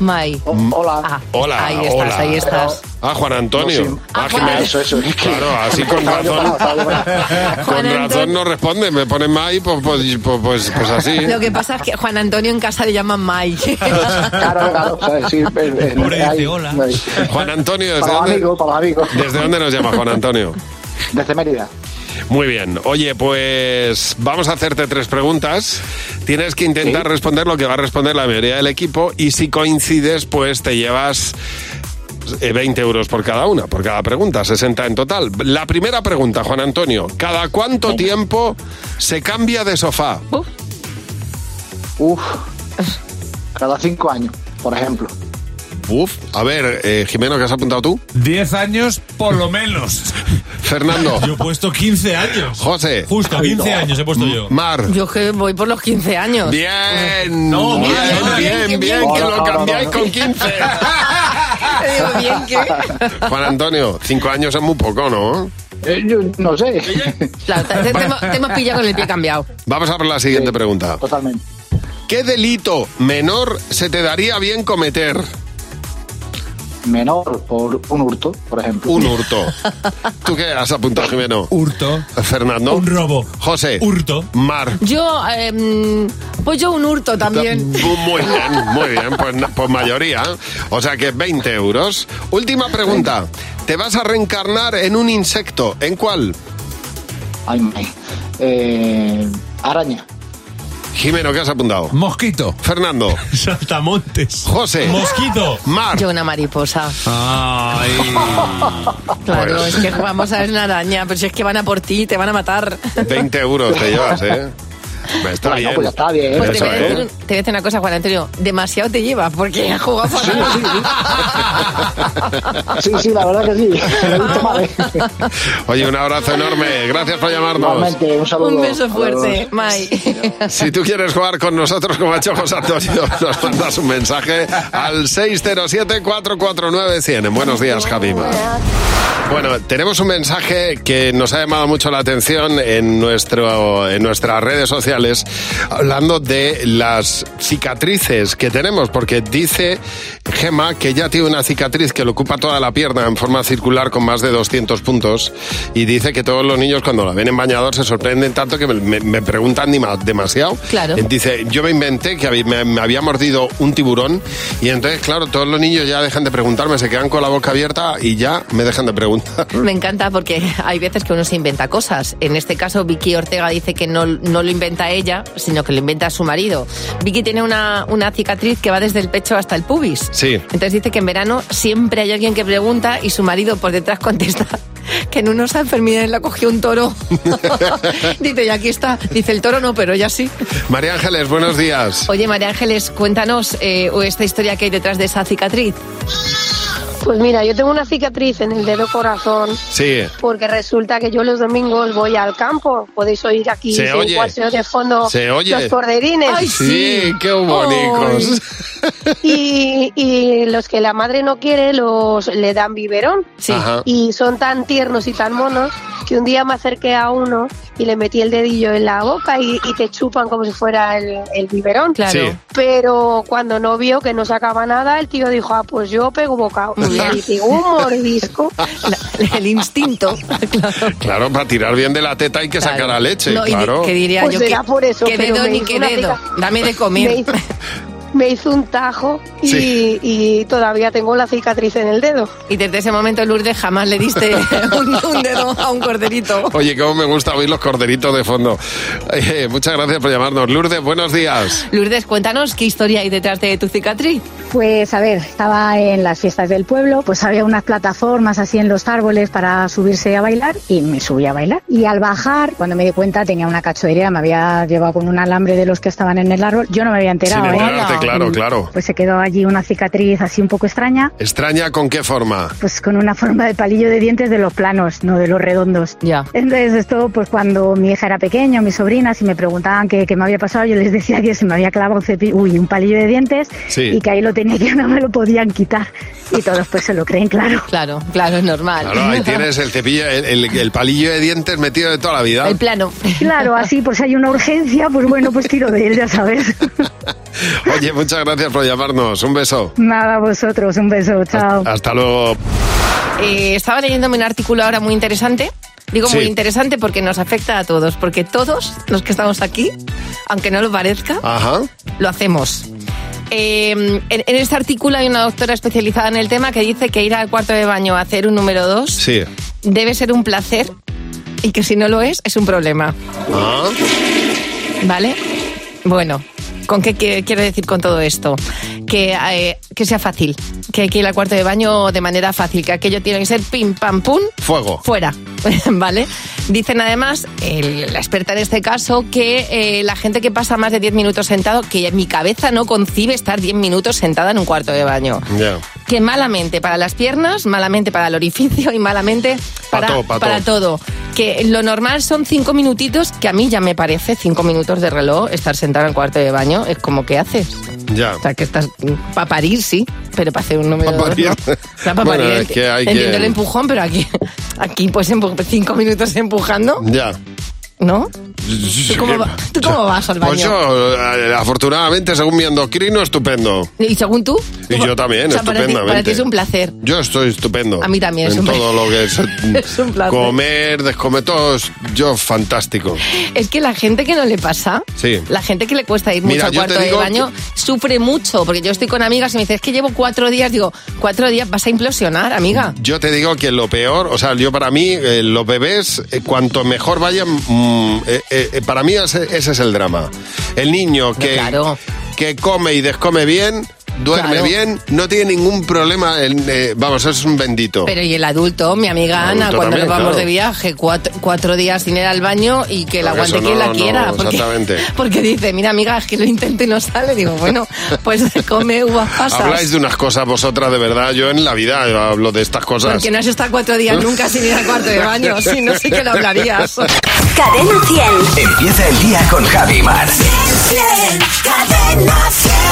[SPEAKER 4] Mai.
[SPEAKER 3] Mm,
[SPEAKER 4] hola.
[SPEAKER 3] Hola.
[SPEAKER 4] ahí estás,
[SPEAKER 3] hola.
[SPEAKER 4] ahí estás.
[SPEAKER 3] Ah, Juan Antonio.
[SPEAKER 6] No, sí.
[SPEAKER 3] Ah,
[SPEAKER 6] Ah,
[SPEAKER 3] que
[SPEAKER 6] Juan-
[SPEAKER 3] me-
[SPEAKER 6] Eso, eso, es que-
[SPEAKER 3] Claro, así con
[SPEAKER 6] Estaba yo
[SPEAKER 3] razón.
[SPEAKER 6] parado, estaba yo
[SPEAKER 3] Con
[SPEAKER 6] parado.
[SPEAKER 3] razón no responde, me ponen más ahí, pues, pues, pues, pues, pues así.
[SPEAKER 4] Lo que pasa es que Juan Antonio en casa le llaman Mike.
[SPEAKER 6] Claro, claro, ¿sabes? Sí, en- en- ahí, no hay-
[SPEAKER 3] Juan Antonio, ¿desde
[SPEAKER 6] Para los
[SPEAKER 3] dónde,
[SPEAKER 6] amigos, para los amigos.
[SPEAKER 3] ¿desde dónde nos llama Juan Antonio?
[SPEAKER 6] Desde Mérida.
[SPEAKER 3] Muy bien, oye, pues vamos a hacerte tres preguntas. Tienes que intentar responder lo que va a responder la mayoría del equipo y si coincides, pues te llevas eh, 20 euros por cada una, por cada pregunta, 60 en total. La primera pregunta, Juan Antonio, ¿cada cuánto tiempo se cambia de sofá?
[SPEAKER 6] Uf. Cada cinco años, por ejemplo.
[SPEAKER 3] Uf, a ver, eh, Jimeno, ¿qué has apuntado tú?
[SPEAKER 25] 10 años por lo menos.
[SPEAKER 3] Fernando.
[SPEAKER 2] Yo he puesto 15 años.
[SPEAKER 3] José.
[SPEAKER 2] Justo, 15 años he puesto yo.
[SPEAKER 3] Mar.
[SPEAKER 4] Yo que voy por los 15 años.
[SPEAKER 3] Bien,
[SPEAKER 2] No,
[SPEAKER 3] bien,
[SPEAKER 2] Mar.
[SPEAKER 3] bien, bien, que
[SPEAKER 2] No, no,
[SPEAKER 3] lo
[SPEAKER 2] no,
[SPEAKER 3] cambiáis
[SPEAKER 2] no.
[SPEAKER 3] con 15.
[SPEAKER 4] Digo, bien que.
[SPEAKER 3] Juan Antonio, cinco años es muy poco, ¿no?
[SPEAKER 6] Eh, yo no sé.
[SPEAKER 4] Claro, te, te hemos- te hemos pillado con el pie cambiado.
[SPEAKER 3] Vamos a por la siguiente pregunta.
[SPEAKER 6] Totalmente.
[SPEAKER 3] ¿Qué delito menor se te daría bien cometer?
[SPEAKER 6] Menor por un hurto, por ejemplo.
[SPEAKER 3] Un hurto. ¿Tú qué has apuntado, Jimeno?
[SPEAKER 2] Hurto.
[SPEAKER 3] Fernando. Un robo. José. Hurto. Mar.
[SPEAKER 4] Yo, eh, pues yo un hurto también.
[SPEAKER 3] Muy bien, muy bien, pues, na- pues mayoría. O sea que 20 euros. Última pregunta. ¿Te vas a reencarnar en un insecto? ¿En cuál?
[SPEAKER 6] Ay, me. Eh, araña.
[SPEAKER 3] Jimeno, ¿qué has apuntado?
[SPEAKER 25] Mosquito.
[SPEAKER 3] Fernando.
[SPEAKER 2] Saltamontes.
[SPEAKER 3] José.
[SPEAKER 2] Mosquito.
[SPEAKER 3] Mar.
[SPEAKER 4] Yo una mariposa.
[SPEAKER 2] Ay.
[SPEAKER 4] Claro,
[SPEAKER 3] Pues-
[SPEAKER 4] es que vamos a ver una araña, pero si es que van a por ti, te van a matar.
[SPEAKER 3] 20 euros te llevas, ¿eh? Está
[SPEAKER 6] Bueno,
[SPEAKER 3] bien.
[SPEAKER 6] pues ya está bien.
[SPEAKER 4] Pues te
[SPEAKER 3] Eso,
[SPEAKER 4] voy, a
[SPEAKER 3] ¿eh?
[SPEAKER 4] decir, un- te voy a decir una cosa, Juan Antonio. Demasiado te llevas porque has jugado para nada.
[SPEAKER 6] Sí, sí, la verdad que sí. Me gusta mal, ¿eh?
[SPEAKER 3] Oye, un abrazo enorme. Gracias por llamarnos.
[SPEAKER 6] Igualmente, un saludo.
[SPEAKER 4] Un beso fuerte,
[SPEAKER 6] Adiós.
[SPEAKER 4] Mike.
[SPEAKER 3] Si tú quieres jugar con nosotros, como ha hecho José Antonio, nos mandas un mensaje al 607-449-100. En Buenos días, Javi Mar. Bueno, tenemos un mensaje que nos ha llamado mucho la atención en, nuestro, en nuestras redes sociales, hablando de las cicatrices que tenemos, porque dice Gema que ya tiene una cicatriz que le ocupa toda la pierna en forma circular con más de 200 puntos y dice que todos los niños cuando la ven en bañador se sorprenden tanto que me, me- me preguntan dima- demasiado.
[SPEAKER 9] Claro.
[SPEAKER 3] Dice, yo me inventé que habí- me, me había mordido un tiburón y entonces, claro, todos los niños ya dejan de preguntarme, se quedan con la boca abierta y ya me dejan de preguntar.
[SPEAKER 4] Me encanta porque hay veces que uno se inventa cosas. En este caso, Vicky Ortega dice que no, no lo inventa ella, sino que lo inventa su marido. Vicky tiene una, una cicatriz que va desde el pecho hasta el pubis.
[SPEAKER 3] Sí.
[SPEAKER 4] Entonces dice que en verano siempre hay alguien que pregunta y su marido por detrás contesta que en unos enfermedades la cogió un toro. dice, y aquí está. Dice, el toro no, pero ella sí.
[SPEAKER 3] María Ángeles, buenos días.
[SPEAKER 4] Oye, María Ángeles, cuéntanos eh, o esta historia que hay detrás de esa cicatriz.
[SPEAKER 13] Pues mira, yo tengo una cicatriz en el dedo corazón
[SPEAKER 3] Sí.
[SPEAKER 13] porque resulta que yo los domingos voy al campo. Podéis oír aquí
[SPEAKER 3] Se
[SPEAKER 13] en
[SPEAKER 3] oye.
[SPEAKER 13] cuatro de fondo
[SPEAKER 3] Se oye.
[SPEAKER 13] los corderines.
[SPEAKER 3] qué
[SPEAKER 13] Oh.
[SPEAKER 3] bonitos.
[SPEAKER 13] Y, y los que la madre no quiere los le dan biberón.
[SPEAKER 3] Sí.
[SPEAKER 4] Ah.
[SPEAKER 3] Ajá.
[SPEAKER 13] Y son tan tiernos y tan monos que un día me acerqué a uno y le metí el dedillo en la boca y, y te chupan como si fuera el, el biberón.
[SPEAKER 4] Claro. Sí.
[SPEAKER 13] Pero cuando no vio que no sacaba nada, el tío dijo, ah, pues yo pego bocado. Y pegó un mordisco.
[SPEAKER 4] el instinto.
[SPEAKER 3] Claro, para tirar bien de la teta hay que sacar la leche,
[SPEAKER 13] No, y di-
[SPEAKER 3] claro.
[SPEAKER 13] que diría
[SPEAKER 4] Pues yo, será
[SPEAKER 13] por eso,
[SPEAKER 4] ¿Qué
[SPEAKER 13] pero
[SPEAKER 4] dedo
[SPEAKER 13] me
[SPEAKER 4] ni
[SPEAKER 13] hizo
[SPEAKER 4] qué
[SPEAKER 13] una
[SPEAKER 4] dedo?
[SPEAKER 13] pica-
[SPEAKER 4] Dame de comer.
[SPEAKER 13] Me hizo, me hizo un tajo y,
[SPEAKER 4] Sí.
[SPEAKER 13] y todavía tengo la cicatriz en el dedo.
[SPEAKER 4] Y desde ese momento, Lourdes, jamás le diste un, un dedo a un corderito.
[SPEAKER 3] Oye, cómo me gusta oír los corderitos de fondo. Eh, muchas gracias por llamarnos. Lourdes, buenos días.
[SPEAKER 4] Lourdes, cuéntanos qué historia hay detrás de tu cicatriz.
[SPEAKER 14] Pues a ver, estaba en las fiestas del pueblo, pues había unas plataformas así en los árboles para subirse a bailar y me subí a bailar. Y al bajar, cuando me di cuenta tenía una cachoería, me había llevado con un alambre de los que estaban en el árbol, yo no me había enterado.
[SPEAKER 3] Sin
[SPEAKER 14] ¿eh?
[SPEAKER 3] enterarte, claro,
[SPEAKER 14] Mm,
[SPEAKER 3] claro.
[SPEAKER 14] Pues se quedó allí una cicatriz así un poco extraña,
[SPEAKER 3] ¿Extraña con qué forma?
[SPEAKER 14] pues con una forma de palillo de dientes de los planos, no de los redondos.
[SPEAKER 4] Ya.
[SPEAKER 14] Entonces esto, pues cuando mi hija era pequeña, mis sobrinas, y me preguntaban qué, qué me había pasado, yo les decía que se me había clavado un cepillo, uy, un palillo de dientes,
[SPEAKER 3] Sí.
[SPEAKER 14] y que ahí lo tenía que no me lo podían quitar. Y todos pues se lo creen, claro.
[SPEAKER 4] Claro, claro, es normal.
[SPEAKER 3] Claro, ahí tienes el cepillo, el, el- el palillo de dientes metido de toda la vida.
[SPEAKER 4] plano.
[SPEAKER 14] Claro, así, pues hay una urgencia, pues bueno, pues tiro de él, ya sabes.
[SPEAKER 3] Oye, muchas gracias por llamarnos. Un beso.
[SPEAKER 14] Nada, vosotros, un beso, chao.
[SPEAKER 3] Hasta luego.
[SPEAKER 4] Eh, estaba leyéndome un artículo ahora muy interesante. Digo muy
[SPEAKER 3] Sí.
[SPEAKER 4] interesante porque nos afecta a todos, porque todos los que estamos aquí, aunque no lo parezca,
[SPEAKER 3] Ajá.
[SPEAKER 4] lo hacemos. Eh, en, en este artículo hay una doctora especializada en el tema que dice que ir al cuarto de baño a hacer un número 2
[SPEAKER 3] Sí.
[SPEAKER 4] debe ser un placer y que si no lo es, es un problema.
[SPEAKER 3] Ah.
[SPEAKER 4] ¿Vale? Bueno, ¿con qué qui- quiero decir con todo esto? Que, eh, que sea fácil, que hay que ir al cuarto de baño de manera fácil, que aquello tiene que ser pim, pam, pum,
[SPEAKER 3] Fuego.
[SPEAKER 4] fuera, ¿vale? Dicen además, el- la experta en este caso, que eh, la gente que pasa más de 10 minutos sentado, que mi cabeza no concibe estar 10 minutos sentada en un cuarto de baño.
[SPEAKER 3] Ya.
[SPEAKER 4] Que malamente para las piernas, malamente para el orificio y malamente para,
[SPEAKER 3] todo, pa'
[SPEAKER 4] para todo. Que lo normal son cinco minutitos, que a mí ya me parece cinco minutos de reloj estar sentada en el cuarto de baño. Es como que haces.
[SPEAKER 3] Ya.
[SPEAKER 4] O sea, que estás para parir, sí, pero para hacer un número
[SPEAKER 3] Pa'
[SPEAKER 4] dos,
[SPEAKER 3] parir.
[SPEAKER 4] ¿no? Para
[SPEAKER 3] Bueno,
[SPEAKER 4] parir.
[SPEAKER 3] es que hay
[SPEAKER 4] Entiendo
[SPEAKER 3] que-
[SPEAKER 4] el empujón, pero aquí, aquí pues empu- cinco minutos empujando,
[SPEAKER 3] Ya.
[SPEAKER 4] ¿no? ¿Tú cómo, va- tú cómo vas al
[SPEAKER 3] Pues
[SPEAKER 4] baño?
[SPEAKER 3] yo, eh, afortunadamente, según mi endocrino, estupendo.
[SPEAKER 4] Y según tú,
[SPEAKER 3] Y yo también,
[SPEAKER 4] o sea, para, ti,
[SPEAKER 3] estupendamente.
[SPEAKER 4] para ti es un placer.
[SPEAKER 3] Yo estoy estupendo.
[SPEAKER 4] A mí también es
[SPEAKER 3] En
[SPEAKER 4] un
[SPEAKER 3] todo lo que es,
[SPEAKER 4] Es un placer.
[SPEAKER 3] comer, descomer, todo es- yo fantástico.
[SPEAKER 4] Es que la gente que no le pasa,
[SPEAKER 3] Sí.
[SPEAKER 4] la gente que le cuesta ir mucho
[SPEAKER 3] Mira,
[SPEAKER 4] al
[SPEAKER 3] yo te
[SPEAKER 4] cuarto de
[SPEAKER 3] digo
[SPEAKER 4] baño, sufre mucho. Porque yo estoy con amigas y me dicen, es que llevo cuatro días. Digo, cuatro días, vas a implosionar, amiga.
[SPEAKER 3] Yo te digo que lo peor, o sea, yo para mí, eh, los bebés, eh, cuanto mejor vayan, mm, eh, eh, eh, para mí ese, ese es el drama. El niño que, que come y descome bien, duerme
[SPEAKER 4] Claro.
[SPEAKER 3] bien, no tiene ningún problema, en, eh, vamos, es un bendito.
[SPEAKER 4] Pero y el adulto, mi amiga
[SPEAKER 3] El
[SPEAKER 4] Ana,
[SPEAKER 3] adulto
[SPEAKER 4] cuando
[SPEAKER 3] también,
[SPEAKER 4] nos vamos
[SPEAKER 3] claro.
[SPEAKER 4] de viaje, cuatro, cuatro días sin ir al baño y que la
[SPEAKER 3] Porque
[SPEAKER 4] aguante
[SPEAKER 3] eso
[SPEAKER 4] quien
[SPEAKER 3] no,
[SPEAKER 4] la
[SPEAKER 3] no,
[SPEAKER 4] quiera. porque,
[SPEAKER 3] exactamente.
[SPEAKER 4] porque dice, mira amiga, es que lo intento y no sale. Digo, bueno, pues come uvas pasas.
[SPEAKER 3] Habláis de unas cosas vosotras, de verdad, yo en la vida hablo de estas cosas.
[SPEAKER 4] Porque no has estado cuatro días nunca sin ir al cuarto de baño, si no sé que lo hablarías.
[SPEAKER 7] Cadena 100. Empieza el día con Javi Mar.
[SPEAKER 24] Cadena 100.